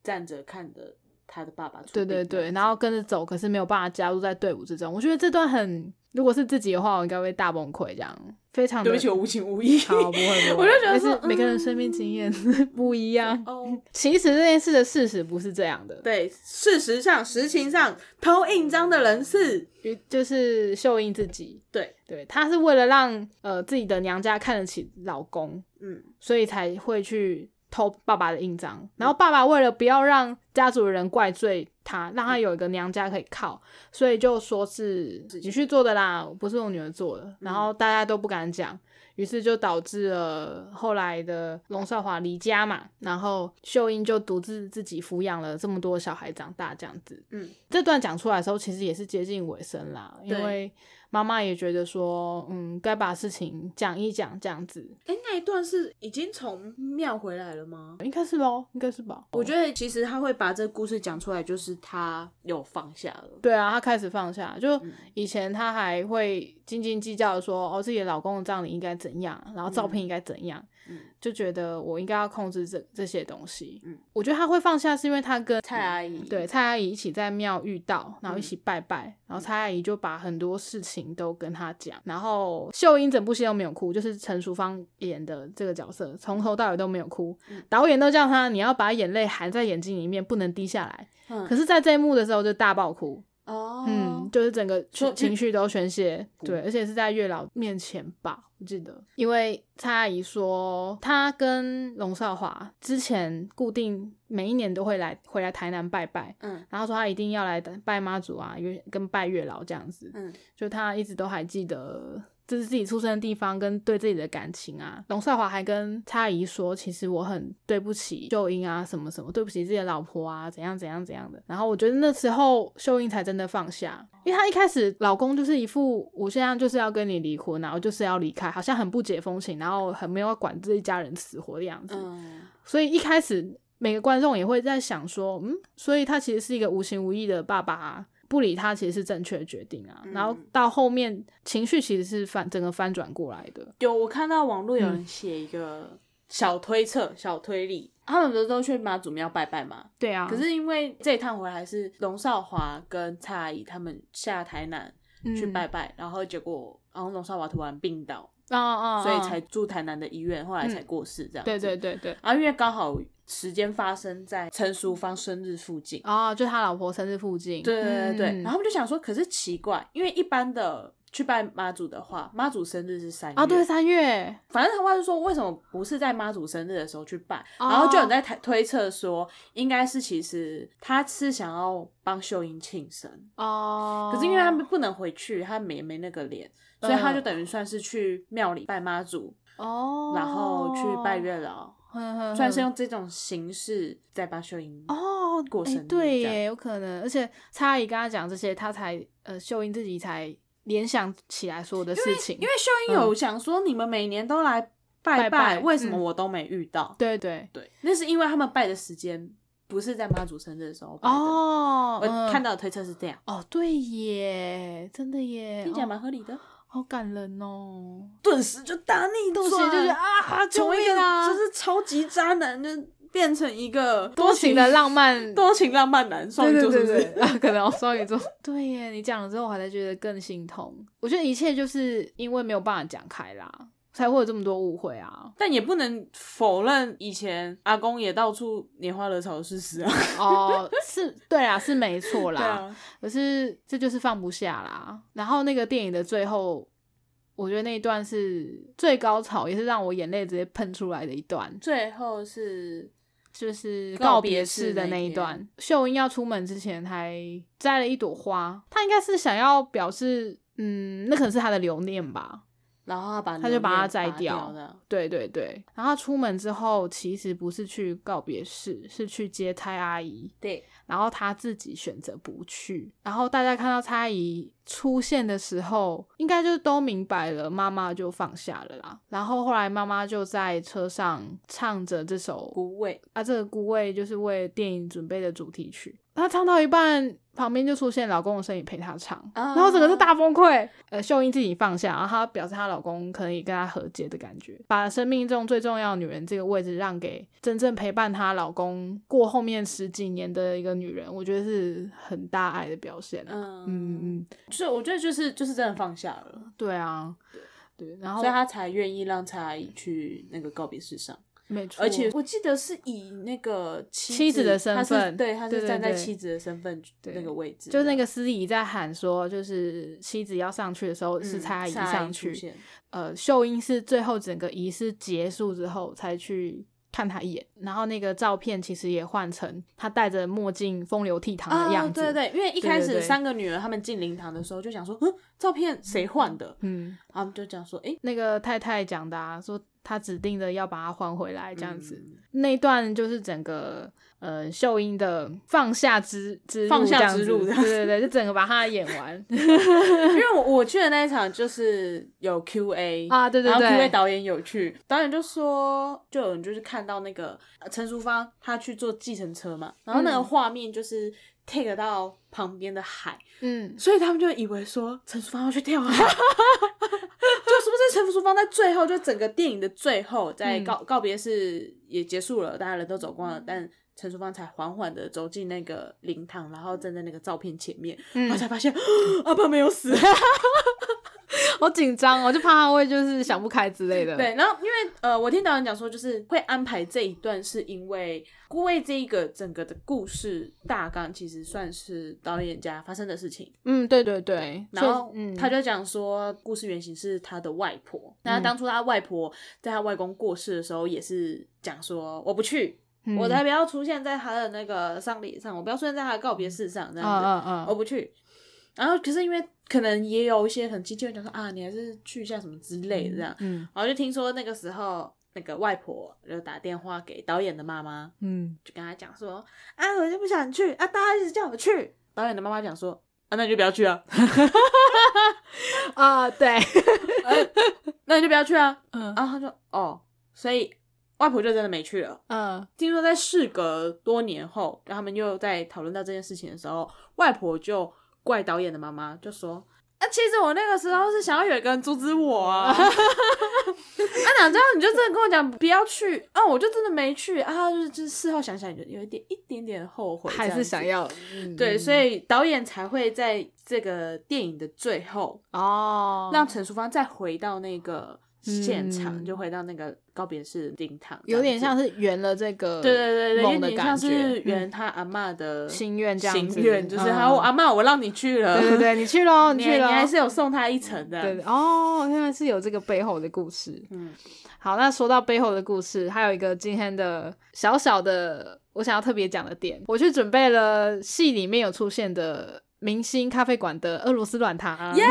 Speaker 2: 站着看着他的爸爸出
Speaker 3: 对
Speaker 2: 殡这
Speaker 3: 对
Speaker 2: 样子。
Speaker 3: 对，然后跟着走，可是没有办法加入在队伍之中。我觉得这段很，如果是自己的话，我应该会大崩溃，这样非常的
Speaker 2: 对不起，我无情无义。
Speaker 3: 好，不 会不会，
Speaker 2: 我就觉得
Speaker 3: 但
Speaker 2: 说
Speaker 3: 是每个人生命经验嗯不一 样。
Speaker 2: 哦，
Speaker 3: 其实这件事的事实不是这样的，
Speaker 2: 对，事实上、实情上，偷印章的人是
Speaker 3: 于就是秀英自己，
Speaker 2: 对，
Speaker 3: 对，她是为了让呃自己的娘家看得起老公，
Speaker 2: 嗯，
Speaker 3: 所以才会去偷爸爸的印章。然后爸爸为了不要让家族的人怪罪他，让他有一个娘家可以靠，所以就说是你去做的啦，不是我女儿做
Speaker 2: 嗯
Speaker 3: 的。然后大家都不敢讲，于是就导致了后来的龙少华离家嘛，然后秀英就独自自己抚养了这么多小孩长大这样子。
Speaker 2: 嗯，
Speaker 3: 这段讲出来的时候，其实也是接近尾声啦，因
Speaker 2: 对
Speaker 3: 为妈妈也觉得说，嗯，该把事情讲一讲这样子。
Speaker 2: 哎，那一段是已经从庙回来了吗？
Speaker 3: 应该是咯，应该是吧。
Speaker 2: 我觉得其实他会把这个故事讲出来，就是他有放下了。
Speaker 3: 对啊，她开始放下，就
Speaker 2: 嗯
Speaker 3: 以前她还会斤斤计较地说，哦，自己的老公的葬礼应该怎样，然后照片应该怎样，
Speaker 2: 嗯
Speaker 3: 就觉得我应该要控制这这些东西。
Speaker 2: 嗯，
Speaker 3: 我觉得她会放下，是因为她跟
Speaker 2: 蔡阿姨嗯
Speaker 3: 对蔡阿姨一起在庙遇到，然后一起拜拜，然后蔡阿姨就把很多事情都跟她讲，然后秀英整部戏都没有哭，就是陈淑芳演的这个角色，从头到尾都没有哭，
Speaker 2: 嗯
Speaker 3: 导演都叫她你要把眼泪含在眼睛里面，不能滴下来。
Speaker 2: 嗯
Speaker 3: 可是，在这一幕的时候就大爆哭，
Speaker 2: 哦，
Speaker 3: 嗯，就是整个
Speaker 2: 说
Speaker 3: 情情绪都宣泄，
Speaker 2: 嗯
Speaker 3: 对，而且是在月老面前吧，我记得，因为蔡阿姨说她跟龙少华之前固定每一年都会来回来台南拜拜，
Speaker 2: 嗯
Speaker 3: 然后说她一定要来拜妈祖啊，因为跟拜月老这样子，
Speaker 2: 嗯
Speaker 3: 就她一直都还记得。就是自己出生的地方跟对自己的感情啊。龙少华还跟他阿姨说，其实我很对不起秀英啊，什么什么，对不起自己的老婆啊，怎样怎样怎样的。然后我觉得那时候秀英才真的放下，因为她一开始老公就是一副我现在就是要跟你离婚，然后就是要离开，好像很不解风情，然后很没有管自己家人死活的样子。
Speaker 2: 嗯，
Speaker 3: 所以一开始每个观众也会在想说，嗯，所以他其实是一个无情无义的爸爸、啊，不理他其实是正确的决定啊。
Speaker 2: 嗯
Speaker 3: 然后到后面情绪其实是反整个翻转过来的。
Speaker 2: 有我看到网络有人写一个小推测、小推理，他们不是都去妈祖庙拜拜吗？
Speaker 3: 对啊
Speaker 2: 可是因为这一趟回来是龙少华跟蔡阿姨他们下台南
Speaker 3: 嗯
Speaker 2: 去拜拜，然后结果然后龙少华突然病倒，
Speaker 3: 啊啊，
Speaker 2: 所以才住台南的医院，后来才过世这样、
Speaker 3: 嗯对对。对对。
Speaker 2: 然后因为刚好时间发生在陈淑芳生日附近，
Speaker 3: 哦，就他老婆生日附近。
Speaker 2: 对对对对，
Speaker 3: 嗯
Speaker 2: 然后我们就想说，可是奇怪，因为一般的去拜妈祖的话，妈祖生日是三月
Speaker 3: 啊，对，三月
Speaker 2: 反正他话就说，为什么不是在妈祖生日的时候去拜？
Speaker 3: 哦
Speaker 2: 然后就有人在推推测说，应该是其实他是想要帮秀英庆生，
Speaker 3: 哦，
Speaker 2: 可是因为他们不能回去，他没没那个脸，所以他
Speaker 3: 嗯
Speaker 2: 就等于算是去庙里拜妈祖，
Speaker 3: 哦，
Speaker 2: 然后去拜月老，
Speaker 3: 哼，哼
Speaker 2: 算
Speaker 3: 哼
Speaker 2: 是用这种形式在帮秀英。
Speaker 3: 哦，
Speaker 2: 过
Speaker 3: 哎
Speaker 2: 生日
Speaker 3: 对
Speaker 2: 这样
Speaker 3: 耶，有可能。而且蔡阿姨跟他讲这些，他才呃，秀英自己才联想起来所有的事情。
Speaker 2: 因为秀英有想说，你们每年都来嗯拜
Speaker 3: 拜拜
Speaker 2: 为什么
Speaker 3: 嗯
Speaker 2: 我都没遇到？
Speaker 3: 对对
Speaker 2: 对，那是因为他们拜的时间不是在妈祖生日的时候拜的。
Speaker 3: 哦，
Speaker 2: 我
Speaker 3: 嗯
Speaker 2: 看到的推测是这样，
Speaker 3: 哦，对耶，真的耶，
Speaker 2: 听起来
Speaker 3: 哦
Speaker 2: 蛮合理的。
Speaker 3: 好感人哦。
Speaker 2: 顿时就大逆
Speaker 3: 顿时就是啊，救
Speaker 2: 从一
Speaker 3: 命
Speaker 2: 个
Speaker 3: 啊！
Speaker 2: 就是超级渣男，就变成一个
Speaker 3: 多情的浪漫，
Speaker 2: 多情浪漫男，双鱼座是不
Speaker 3: 对对对对
Speaker 2: 是？
Speaker 3: 啊可能哦双 鱼座。对耶，你讲了之后，我还在觉得更心痛。我觉得一切就是因为没有办法讲开啦，才会有这么多误会啊。
Speaker 2: 但也不能否认，以前阿公也到处拈花惹草的事实啊。
Speaker 3: 哦，是对啦，是没错啦。
Speaker 2: 对啊，
Speaker 3: 可是这就是放不下啦。然后那个电影的最后，我觉得那一段是最高潮，也是让我眼泪直接喷出来的一段，
Speaker 2: 最后是
Speaker 3: 就是
Speaker 2: 告
Speaker 3: 告
Speaker 2: 别
Speaker 3: 别
Speaker 2: 式
Speaker 3: 式的
Speaker 2: 那
Speaker 3: 那
Speaker 2: 一
Speaker 3: 一
Speaker 2: 天
Speaker 3: 段。秀英要出门之前还摘了一朵花，她应该是想要表示，嗯，那可能是她的留念吧。
Speaker 2: 然后他把
Speaker 3: 他就把它摘
Speaker 2: 牛奶拔
Speaker 3: 掉
Speaker 2: 掉的，
Speaker 3: 对对对，然后她出门之后，其实不是去告别式，是去接胎阿姨。
Speaker 2: 对，
Speaker 3: 然后他自己选择不去。然后大家看到蔡姨出现的时候，应该就都明白了，妈妈就放下了啦。然后后来妈妈就在车上唱着这首
Speaker 2: 古味
Speaker 3: 啊，这个孤味就是为电影准备的主题曲。她唱到一半，旁边就出现老公的身影陪她唱，
Speaker 2: 啊
Speaker 3: 然后整个是大崩溃。呃，秀英自己放下，然后她表示她老公可能也跟她和解的感觉，把生命中最重要的女人这个位置让给真正陪伴她老公过后面十几年的一个女人，我觉得是很大爱的表现啊。
Speaker 2: 嗯
Speaker 3: 嗯
Speaker 2: 嗯，
Speaker 3: 嗯，
Speaker 2: 就是我觉得就是就是真的放下了，
Speaker 3: 对啊，对，然后
Speaker 2: 所以他才愿意让蔡阿姨去那个告别式上。
Speaker 3: 没错，
Speaker 2: 而且我记得是以那个妻
Speaker 3: 妻子的身
Speaker 2: 他是
Speaker 3: 份
Speaker 2: 对，他
Speaker 3: 对
Speaker 2: 是
Speaker 3: 对
Speaker 2: 站在
Speaker 3: 对
Speaker 2: 妻子的身份
Speaker 3: 对
Speaker 2: 那个位置，
Speaker 3: 就是那个司仪在喊说，就是妻子要上去的时候
Speaker 2: 嗯
Speaker 3: 是蔡阿姨
Speaker 2: 蔡阿
Speaker 3: 上
Speaker 2: 出
Speaker 3: 去，
Speaker 2: 现
Speaker 3: 呃，秀英是最后整个仪式结束之后才去看她一眼，然后那个照片其实也换成她戴着墨镜、风流倜傥嗯的
Speaker 2: 啊，
Speaker 3: 样子。
Speaker 2: 对对，因为一
Speaker 3: 对
Speaker 2: 开
Speaker 3: 对
Speaker 2: 始
Speaker 3: 对
Speaker 2: 三个女儿她们进灵堂的时候就想说，嗯，照片谁换的？
Speaker 3: 嗯，
Speaker 2: 然后我们就讲说，哎，
Speaker 3: 那个太太讲的啊，说她指定的要把它还回来这样子。
Speaker 2: 嗯
Speaker 3: 那一段就是整个呃秀英的放下之之路
Speaker 2: 放下
Speaker 3: 这样
Speaker 2: 之
Speaker 3: 子
Speaker 2: 路这样
Speaker 3: 对对对，就整个把她演完
Speaker 2: 嗯因为我我去的那一场就是有 Q A
Speaker 3: 啊，对对
Speaker 2: 然后 Q A
Speaker 3: 对，
Speaker 2: 导演有去，导演就说，就有人就是看到那个呃陈淑芳她去坐计程车嘛，然后那个
Speaker 3: 嗯
Speaker 2: 画面就是 take 到旁边的海，
Speaker 3: 嗯，
Speaker 2: 所以他们就以为说陈淑芳要去跳海， 就是不是陈淑芳在最后，就整个电影的最后，在
Speaker 3: 嗯
Speaker 2: 告、告别式也结束了，大家人都走光了，但陈淑芳才缓缓的走进那个灵堂，然后站在那个照片前面，
Speaker 3: 嗯
Speaker 2: 然后才发现、 阿爸没有死。
Speaker 3: 好紧张哦，就怕她会就是想不开之类的。
Speaker 2: 对，然后因为呃，我听导演讲说，就是会安排这一段，是因为顾魏这一个整个的故事大纲，其实算是导演家发生的事情。
Speaker 3: 嗯，对对对，
Speaker 2: 然
Speaker 3: 所
Speaker 2: 后
Speaker 3: 以嗯，
Speaker 2: 他就讲说，故事原型是他的外婆。那
Speaker 3: 嗯
Speaker 2: 当初他外婆在他外公过世的时候，也是讲说我不去，
Speaker 3: 嗯
Speaker 2: 我才不要出现在他的那个丧礼上，我不要出现在他的告别式上，
Speaker 3: 嗯
Speaker 2: 这样子，
Speaker 3: 嗯
Speaker 2: 我
Speaker 3: 嗯，
Speaker 2: 不去。然后可是因为可能也有一些很亲戚会讲说啊，你还是去一下什么之类的这样。
Speaker 3: 嗯
Speaker 2: 然后就听说那个时候那个外婆就打电话给导演的妈妈，
Speaker 3: 嗯，
Speaker 2: 就跟她讲说啊，我就不想去啊，大家一直叫我去。导演的妈妈讲说啊，那你就不要去啊，
Speaker 3: 啊、对，
Speaker 2: 那你就不要去啊。
Speaker 3: 嗯
Speaker 2: 然后他说哦，所以外婆就真的没去了。
Speaker 3: 嗯
Speaker 2: 听说在事隔多年后，然后他们又在讨论到这件事情的时候，外婆就怪导演的妈妈，就说：“啊，其实我那个时候是想要有一个人阻止我啊，啊， 哪知道你就真的跟我讲不要去啊，我就真的没去啊，就是就是事后想想有有一点一点点后悔，
Speaker 3: 还
Speaker 2: 这样子
Speaker 3: 是想。”要、嗯
Speaker 2: 对，所以导演才会在这个电影的最后，
Speaker 3: 哦，
Speaker 2: 让陈淑芳再回到那个现场，
Speaker 3: 嗯
Speaker 2: 就回到那个告别式灵堂，
Speaker 3: 有点
Speaker 2: 这样子
Speaker 3: 像是圆了这个
Speaker 2: 对对对对，有
Speaker 3: 梦的
Speaker 2: 点
Speaker 3: 感
Speaker 2: 像
Speaker 3: 觉，
Speaker 2: 是
Speaker 3: 嗯
Speaker 2: 圆他阿嬷的
Speaker 3: 心愿这样子
Speaker 2: 心愿就
Speaker 3: 嗯
Speaker 2: 是他阿嬷，我 让你去 了，
Speaker 3: 对对对，你去喽，
Speaker 2: 你
Speaker 3: 去
Speaker 2: 你
Speaker 3: 喽，
Speaker 2: 还是有送他一程
Speaker 3: 对
Speaker 2: 的，
Speaker 3: 对哦，原来是有这个背后的故事。
Speaker 2: 嗯，
Speaker 3: 好，那说到背后的故事，还有一个今天的小小的我想要特别讲的点，我去准备了戏里面有出现的明星咖啡馆的俄罗斯软糖。
Speaker 2: 耶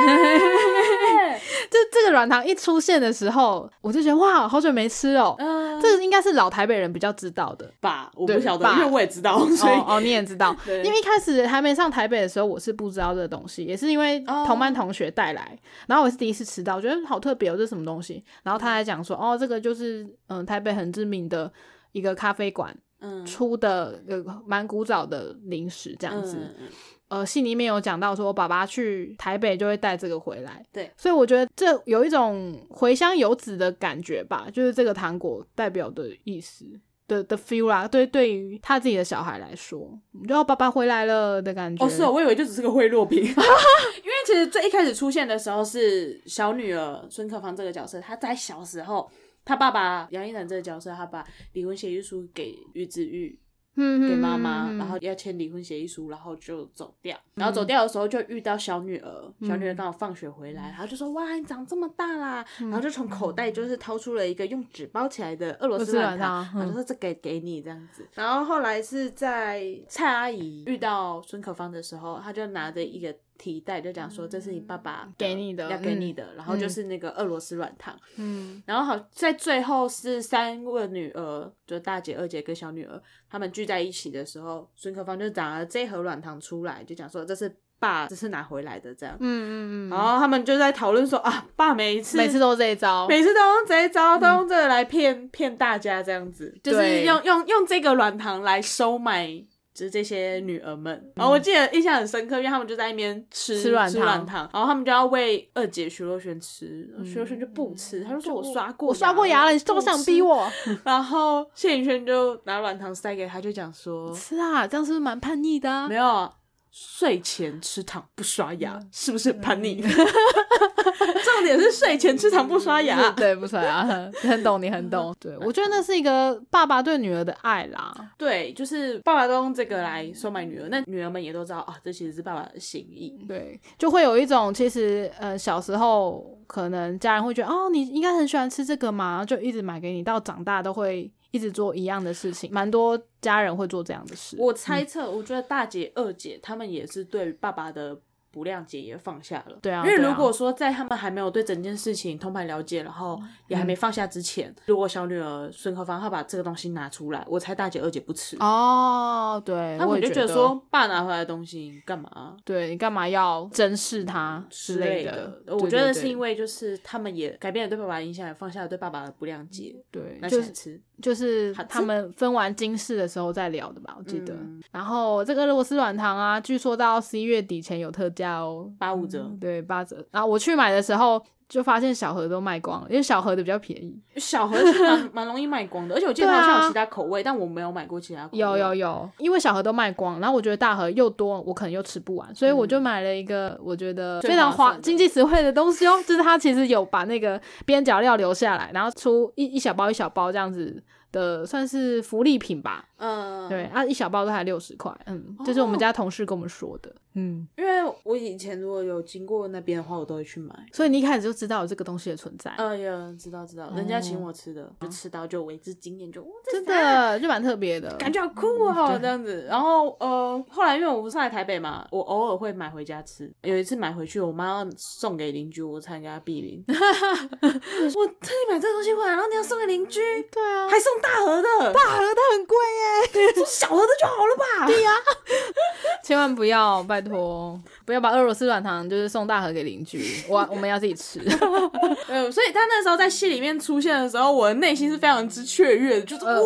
Speaker 3: 这这个软糖一出现的时候，我就觉得哇，好久没吃哦。
Speaker 2: 嗯，
Speaker 3: 这应该是老台北人比较知道的。
Speaker 2: 吧，我
Speaker 3: 对
Speaker 2: 不晓得，
Speaker 3: 吧
Speaker 2: 因为我也知道， 所
Speaker 3: 哦
Speaker 2: 以，
Speaker 3: 哦，你也知道
Speaker 2: 对
Speaker 3: 因为一开始还没上台北的时候，我是不知道这个东西，也是因为
Speaker 2: 哦
Speaker 3: 同班同学带来然后我也是第一次吃到，我觉得好特别哦，这是什么东西？然后他还讲说，哦，这个就是嗯台北很知名的一个咖啡馆
Speaker 2: 嗯，
Speaker 3: 出的，呃，蛮古早的零食这
Speaker 2: 这
Speaker 3: 样子。
Speaker 2: 嗯
Speaker 3: 呃，信里面有讲到说，我爸爸去台北就会带这个回来，
Speaker 2: 对，
Speaker 3: 所以我觉得这有一种茴香油脂的感觉吧，就是这个糖果代表的意思的的 feel 啦，对，对于他自己的小孩来说，然后爸爸回来了的感觉，
Speaker 2: 哦，是哦，我以为就只是个贿赂品，因为其实最一开始出现的时候是小女儿孙可芳这个角色，她在小时候，她爸爸杨一男这个角色，他把离婚协议书给于子玉，
Speaker 3: 嗯，嗯
Speaker 2: 给妈妈，啊然后
Speaker 3: 嗯
Speaker 2: 要签离婚协议书，然后就走掉。然后走掉的时候就遇到小女儿，小
Speaker 3: 嗯
Speaker 2: 女儿刚好放学回来，然后就说：“哇，你长这么大啦！”
Speaker 3: 嗯
Speaker 2: 然后就从口袋就是掏出了一个用纸包起来的俄罗斯软
Speaker 3: 俄罗斯
Speaker 2: 糖
Speaker 3: 软，糖嗯
Speaker 2: 然后就说：“这给给你这样子。”然后后来是在蔡阿姨遇到孙可芳的时候，她就拿着一个。提袋就讲说这是你爸爸的
Speaker 3: 给你的
Speaker 2: 要给
Speaker 3: 嗯
Speaker 2: 你的，然后就是那个俄罗斯软糖，
Speaker 3: 嗯
Speaker 2: 然后好在最后是三个女儿，就大姐、二姐跟小女儿，她们聚在一起的时候，孙可芳就拿了这盒软糖出来，就讲说这是爸这是拿回来的这样。
Speaker 3: 嗯嗯嗯，
Speaker 2: 然后他们就在讨论说啊，爸每次
Speaker 3: 每次都这一招，
Speaker 2: 每次都用这一招，都用这个来骗骗大家这样子，就是
Speaker 3: 对
Speaker 2: 用用用这个软糖来收买。就是这些女儿们，然后我记得印象很深刻，因为他们就在那边嗯吃
Speaker 3: 吃软糖
Speaker 2: 糖，然后他们就要喂二姐徐若瑄吃，徐若瑄就不吃，她就嗯说我刷过，
Speaker 3: 我刷过牙了，你都想逼。 我
Speaker 2: 不吃然后谢颖轩就拿软糖塞给她，就讲说
Speaker 3: 吃啊，这样是不是蛮叛逆的啊、
Speaker 2: 没有啊，睡前吃糖不刷牙，是不是很叛逆？ 重点是睡前吃糖不刷牙
Speaker 3: 是， 对，不出来啊，很懂你，很懂。对，我觉得那是一个爸爸对女儿的爱啦。
Speaker 2: 对，就是爸爸都用这个来收买女儿，那女儿们也都知道啊，这其实是爸爸的心意。
Speaker 3: 对，就会有一种其实呃，小时候可能家人会觉得哦，你应该很喜欢吃这个嘛，然后就一直买给你，到长大都会一直做一样的事情，蛮多家人会做这样的事。
Speaker 2: 我猜测，我觉得大姐、二姐她们也是对爸爸的不谅解也放下了。
Speaker 3: 对啊
Speaker 2: 因为
Speaker 3: 对啊
Speaker 2: 如果说在他们还没有对整件事情通盘了解，然后也
Speaker 3: 嗯
Speaker 2: 还没放下之前，如果小女儿孙可芳她把这个东西拿出来，我猜大姐、二姐不吃。
Speaker 3: 哦，对，
Speaker 2: 他
Speaker 3: 我
Speaker 2: 们
Speaker 3: 也
Speaker 2: 就
Speaker 3: 觉
Speaker 2: 觉得说，，爸拿回来的东西干嘛
Speaker 3: 对你干嘛要珍视它之
Speaker 2: 之类
Speaker 3: 的
Speaker 2: 的？？我觉得是因
Speaker 3: 为
Speaker 2: 为就是他们也改变了对爸爸的影响，也放下了对爸爸的不谅解，
Speaker 3: 对，
Speaker 2: 那
Speaker 3: 嗯就
Speaker 2: 想
Speaker 3: 是
Speaker 2: 吃。
Speaker 3: 就是
Speaker 2: 好吃
Speaker 3: 他们分完金饰的时候再聊的吧，我记得。
Speaker 2: 嗯
Speaker 3: 然后这个俄罗斯软糖啊，据说到十一月底前有特价哦，
Speaker 2: 八五折
Speaker 3: 对，八折。然后我去买的时候就发现小盒都卖光了，因为小盒的比较便宜。
Speaker 2: 小盒是蛮 蛮容易卖光的，而且我记得
Speaker 3: 对啊
Speaker 2: 它好像有其他口味，但我没有买过其他口味。
Speaker 3: 有有有，因为小盒都卖光，然后我觉得大盒又多，我可能又吃不完，所以我就买了一个我觉得
Speaker 2: 最
Speaker 3: 非常
Speaker 2: 划算
Speaker 3: 划
Speaker 2: 的
Speaker 3: 经济实惠的东西哦，就是它其实有把那个边角料留下来，然后出一一小包一小包这样子的，算是福利品吧。
Speaker 2: 嗯，
Speaker 3: 对，，啊，一小包都还六十块，嗯，这是我们家同事跟我们说的，嗯，
Speaker 2: 因为我以前如果有经过那边的话，我都会去买。
Speaker 3: 所以你一开始就知道有这个东西的存在，
Speaker 2: 哎呀，知道知道，人家请
Speaker 3: 哦
Speaker 2: 我吃的，就吃到就为之惊艳，就哇，这
Speaker 3: 真
Speaker 2: 是啥
Speaker 3: 的就蛮特别的，
Speaker 2: 感觉好酷哦，
Speaker 3: 对
Speaker 2: 这样子。然后呃，后来因为我不是来台北嘛，我偶尔会买回家吃。有一次买回去，我妈送给邻居，我差点给她毙命。 我特地买这个东西回来，然后你要送给邻居，
Speaker 3: 对啊，
Speaker 2: 还送大盒的，
Speaker 3: 大盒它很贵耶，
Speaker 2: 送小盒的就好了吧？对呀、
Speaker 3: 千万不要，拜托，不要把俄罗斯软糖就是送大盒给邻 居，我我们要自己吃，
Speaker 2: 呃，所以他那时候在戏里面出现的时候，我的内心是非常之雀跃的，就是哇、
Speaker 3: 呃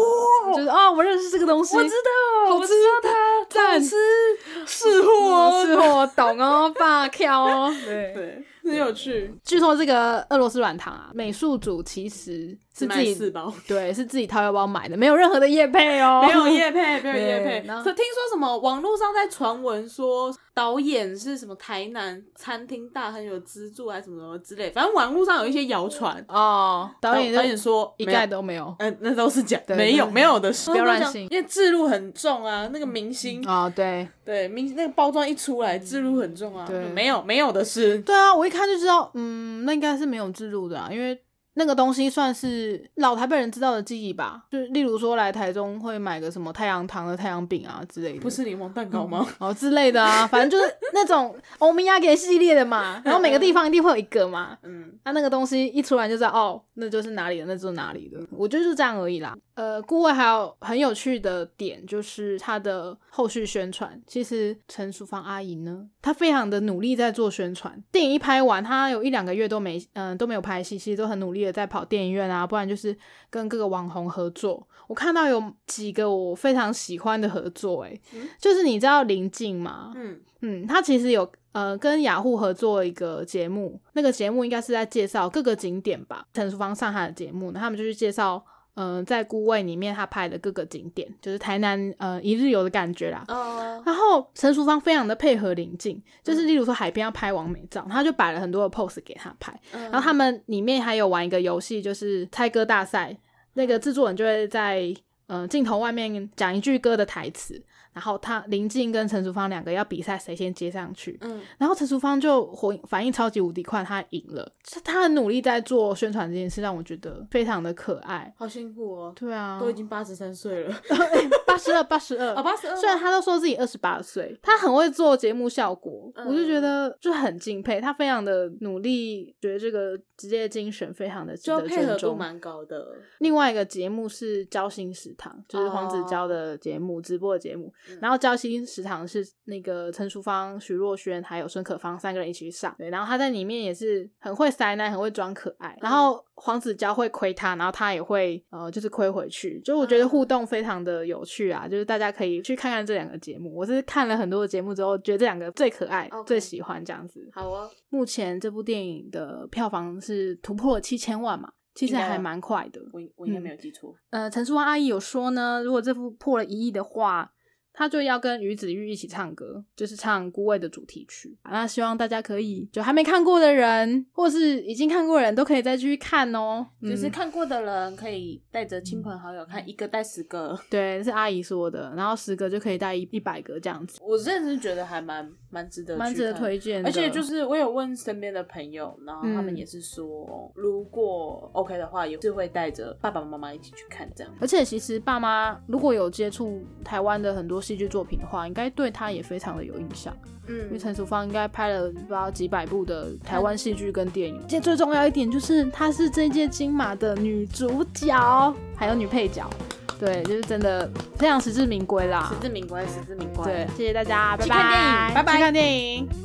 Speaker 3: 就是哦，我认识这个东西，
Speaker 2: 我知道，
Speaker 3: 好
Speaker 2: 我
Speaker 3: 吃啊
Speaker 2: 知道它，
Speaker 3: 赞
Speaker 2: 好吃，是货，
Speaker 3: 是我懂哦，霸跳哦，对。
Speaker 2: 对，很有趣，
Speaker 3: 据说这个俄罗斯软糖啊，美术组其实是自
Speaker 2: 买
Speaker 3: 己哦
Speaker 2: 四包。
Speaker 3: 对，是自己掏腰包买的，没有任何的业配哦，
Speaker 2: 没有叶配，没有叶配。
Speaker 3: 对然后
Speaker 2: 可听说什么网络上在传闻说导演是什么台南餐厅大亨有资助还是什么什么之类，反正网络上有一些谣传。
Speaker 3: 哦。导演
Speaker 2: 导
Speaker 3: 就
Speaker 2: 演说
Speaker 3: 一
Speaker 2: 没有
Speaker 3: 概都没有
Speaker 2: 嗯、那都是假，
Speaker 3: 对
Speaker 2: 没有
Speaker 3: 那
Speaker 2: 没有的 事，
Speaker 3: 不要乱
Speaker 2: 都是这
Speaker 3: 信
Speaker 2: 样因为字录很重啊，那个明星、
Speaker 3: 哦，对
Speaker 2: 对明那个包装一出来，字录很重啊，
Speaker 3: 对
Speaker 2: 没有没有的事，
Speaker 3: 对啊，我一看就知道，嗯，那应该是没有置入的啊，因为那个东西算是老台北人知道的记忆吧，就例如说来台中会买个什么太阳糖的太阳饼啊之类的，
Speaker 2: 不是柠檬蛋糕吗？
Speaker 3: 哦之类的啊，反正就是那种 欧米亚给系列的嘛，然后每个地方一定会有一个嘛，
Speaker 2: 嗯，
Speaker 3: 那、那个东西一出来就知道，哦，那就是哪里的，那就是哪里的。我觉得就这样而已啦。呃，顾问还有很有趣的点就是他的后续宣传，其实陈淑芳阿姨呢，她非常的努力在做宣传。电影一拍完，她有一两个月都没，嗯、都没有拍戏，其实都很努力的在跑电影院啊，不然就是跟各个网红合作。我看到有几个我非常喜欢的合作、欸，就是你知道林静吗？
Speaker 2: 嗯
Speaker 3: 嗯，他其实有呃跟雅虎合作一个节目，那个节目应该是在介绍各个景点吧，陈淑芳上他的节目，他们就去介绍。嗯、呃，在孤味里面他拍的各个景点，就是台南呃一日游的感觉啦。
Speaker 2: 呃，
Speaker 3: 然后陈淑芳非常的配合林静，就是例如说海边要拍完美照，他就摆了很多的 pose 给他拍。
Speaker 2: 嗯
Speaker 3: 然后他们里面还有玩一个游戏，就是猜歌大赛，那个制作人就会在呃镜头外面讲一句歌的台词，然后他林静跟陈淑芳两个要比赛谁先接上去，
Speaker 2: 嗯
Speaker 3: 然后陈淑芳就回反应超级无敌快，她赢了，是她很努力在做宣传这件事，让我觉得非常的可爱。
Speaker 2: 好辛苦哦，
Speaker 3: 对啊，
Speaker 2: 都已经八十三岁 了，
Speaker 3: 八十二，八十二，
Speaker 2: 啊八十二，
Speaker 3: 虽然他都说自己二十八岁，他很会做节目效果，
Speaker 2: 嗯
Speaker 3: 我就觉得就很敬佩他，非常的努力，觉得这个职业精神非常的值
Speaker 2: 就
Speaker 3: 得
Speaker 2: 配合
Speaker 3: 尊
Speaker 2: 度
Speaker 3: 重。
Speaker 2: 蛮高的，
Speaker 3: 另外一个节目是《交心食堂》，就是黄子佼的节目，直播的节目。
Speaker 2: 嗯
Speaker 3: 然后《交心食堂》是那个陈淑芳、徐若瑄还有孙可芳三个人一起去上，对。然后他在里面也是很会塞奶，很会装可
Speaker 2: 嗯
Speaker 3: 爱。然后黄子佼会亏他，然后他也会呃，就是亏回去。就我觉得
Speaker 2: 嗯
Speaker 3: 互动非常的有趣啊，就是大家可以去看看这两个节目。我是看了很多的节目之后，觉得这两个最可爱
Speaker 2: OK
Speaker 3: 最喜欢这样子。
Speaker 2: 好哦，
Speaker 3: 目前这部电影的票房是突破了七千万嘛，其实
Speaker 2: 应该
Speaker 3: 还
Speaker 2: 吧
Speaker 3: 蛮快的。
Speaker 2: 我我应该没有记错，
Speaker 3: 呃，陈淑桦阿姨有说呢，如果这部破了一亿的话，她就要跟于子玉一起唱歌，就是唱《孤味》的主题曲。啊那希望大家可以，就还没看过的人，或是已经看过的人都可以再去看哦。
Speaker 2: 就是
Speaker 3: 嗯、
Speaker 2: 看过的人可以带着亲朋好友看，一个带十个。
Speaker 3: 对，是阿姨说的，然后十个就可以带一一百个这样子，
Speaker 2: 我认真觉得还蛮蛮值得，
Speaker 3: 蛮值得。推荐的。
Speaker 2: 而且就是我有问身边的朋友，然后他们
Speaker 3: 嗯
Speaker 2: 也是说，如果 OK 的话，也是会带着爸爸妈妈一起去看这样。
Speaker 3: 而且其实爸妈如果有接触台湾的很多戏剧作品的话，应该对她也非常的有印象。因为
Speaker 2: 嗯，
Speaker 3: 陈淑芳应该拍了不知道几百部的台湾戏剧跟电影，而且最重要一点就是她是这届金马的女主角，还有女配角，对，就是真的非常实至名归啦
Speaker 2: 实。至名归，实至名归。
Speaker 3: 对，谢谢大家，拜
Speaker 2: 去看电
Speaker 3: 拜，
Speaker 2: 影拜拜
Speaker 3: 去看电影。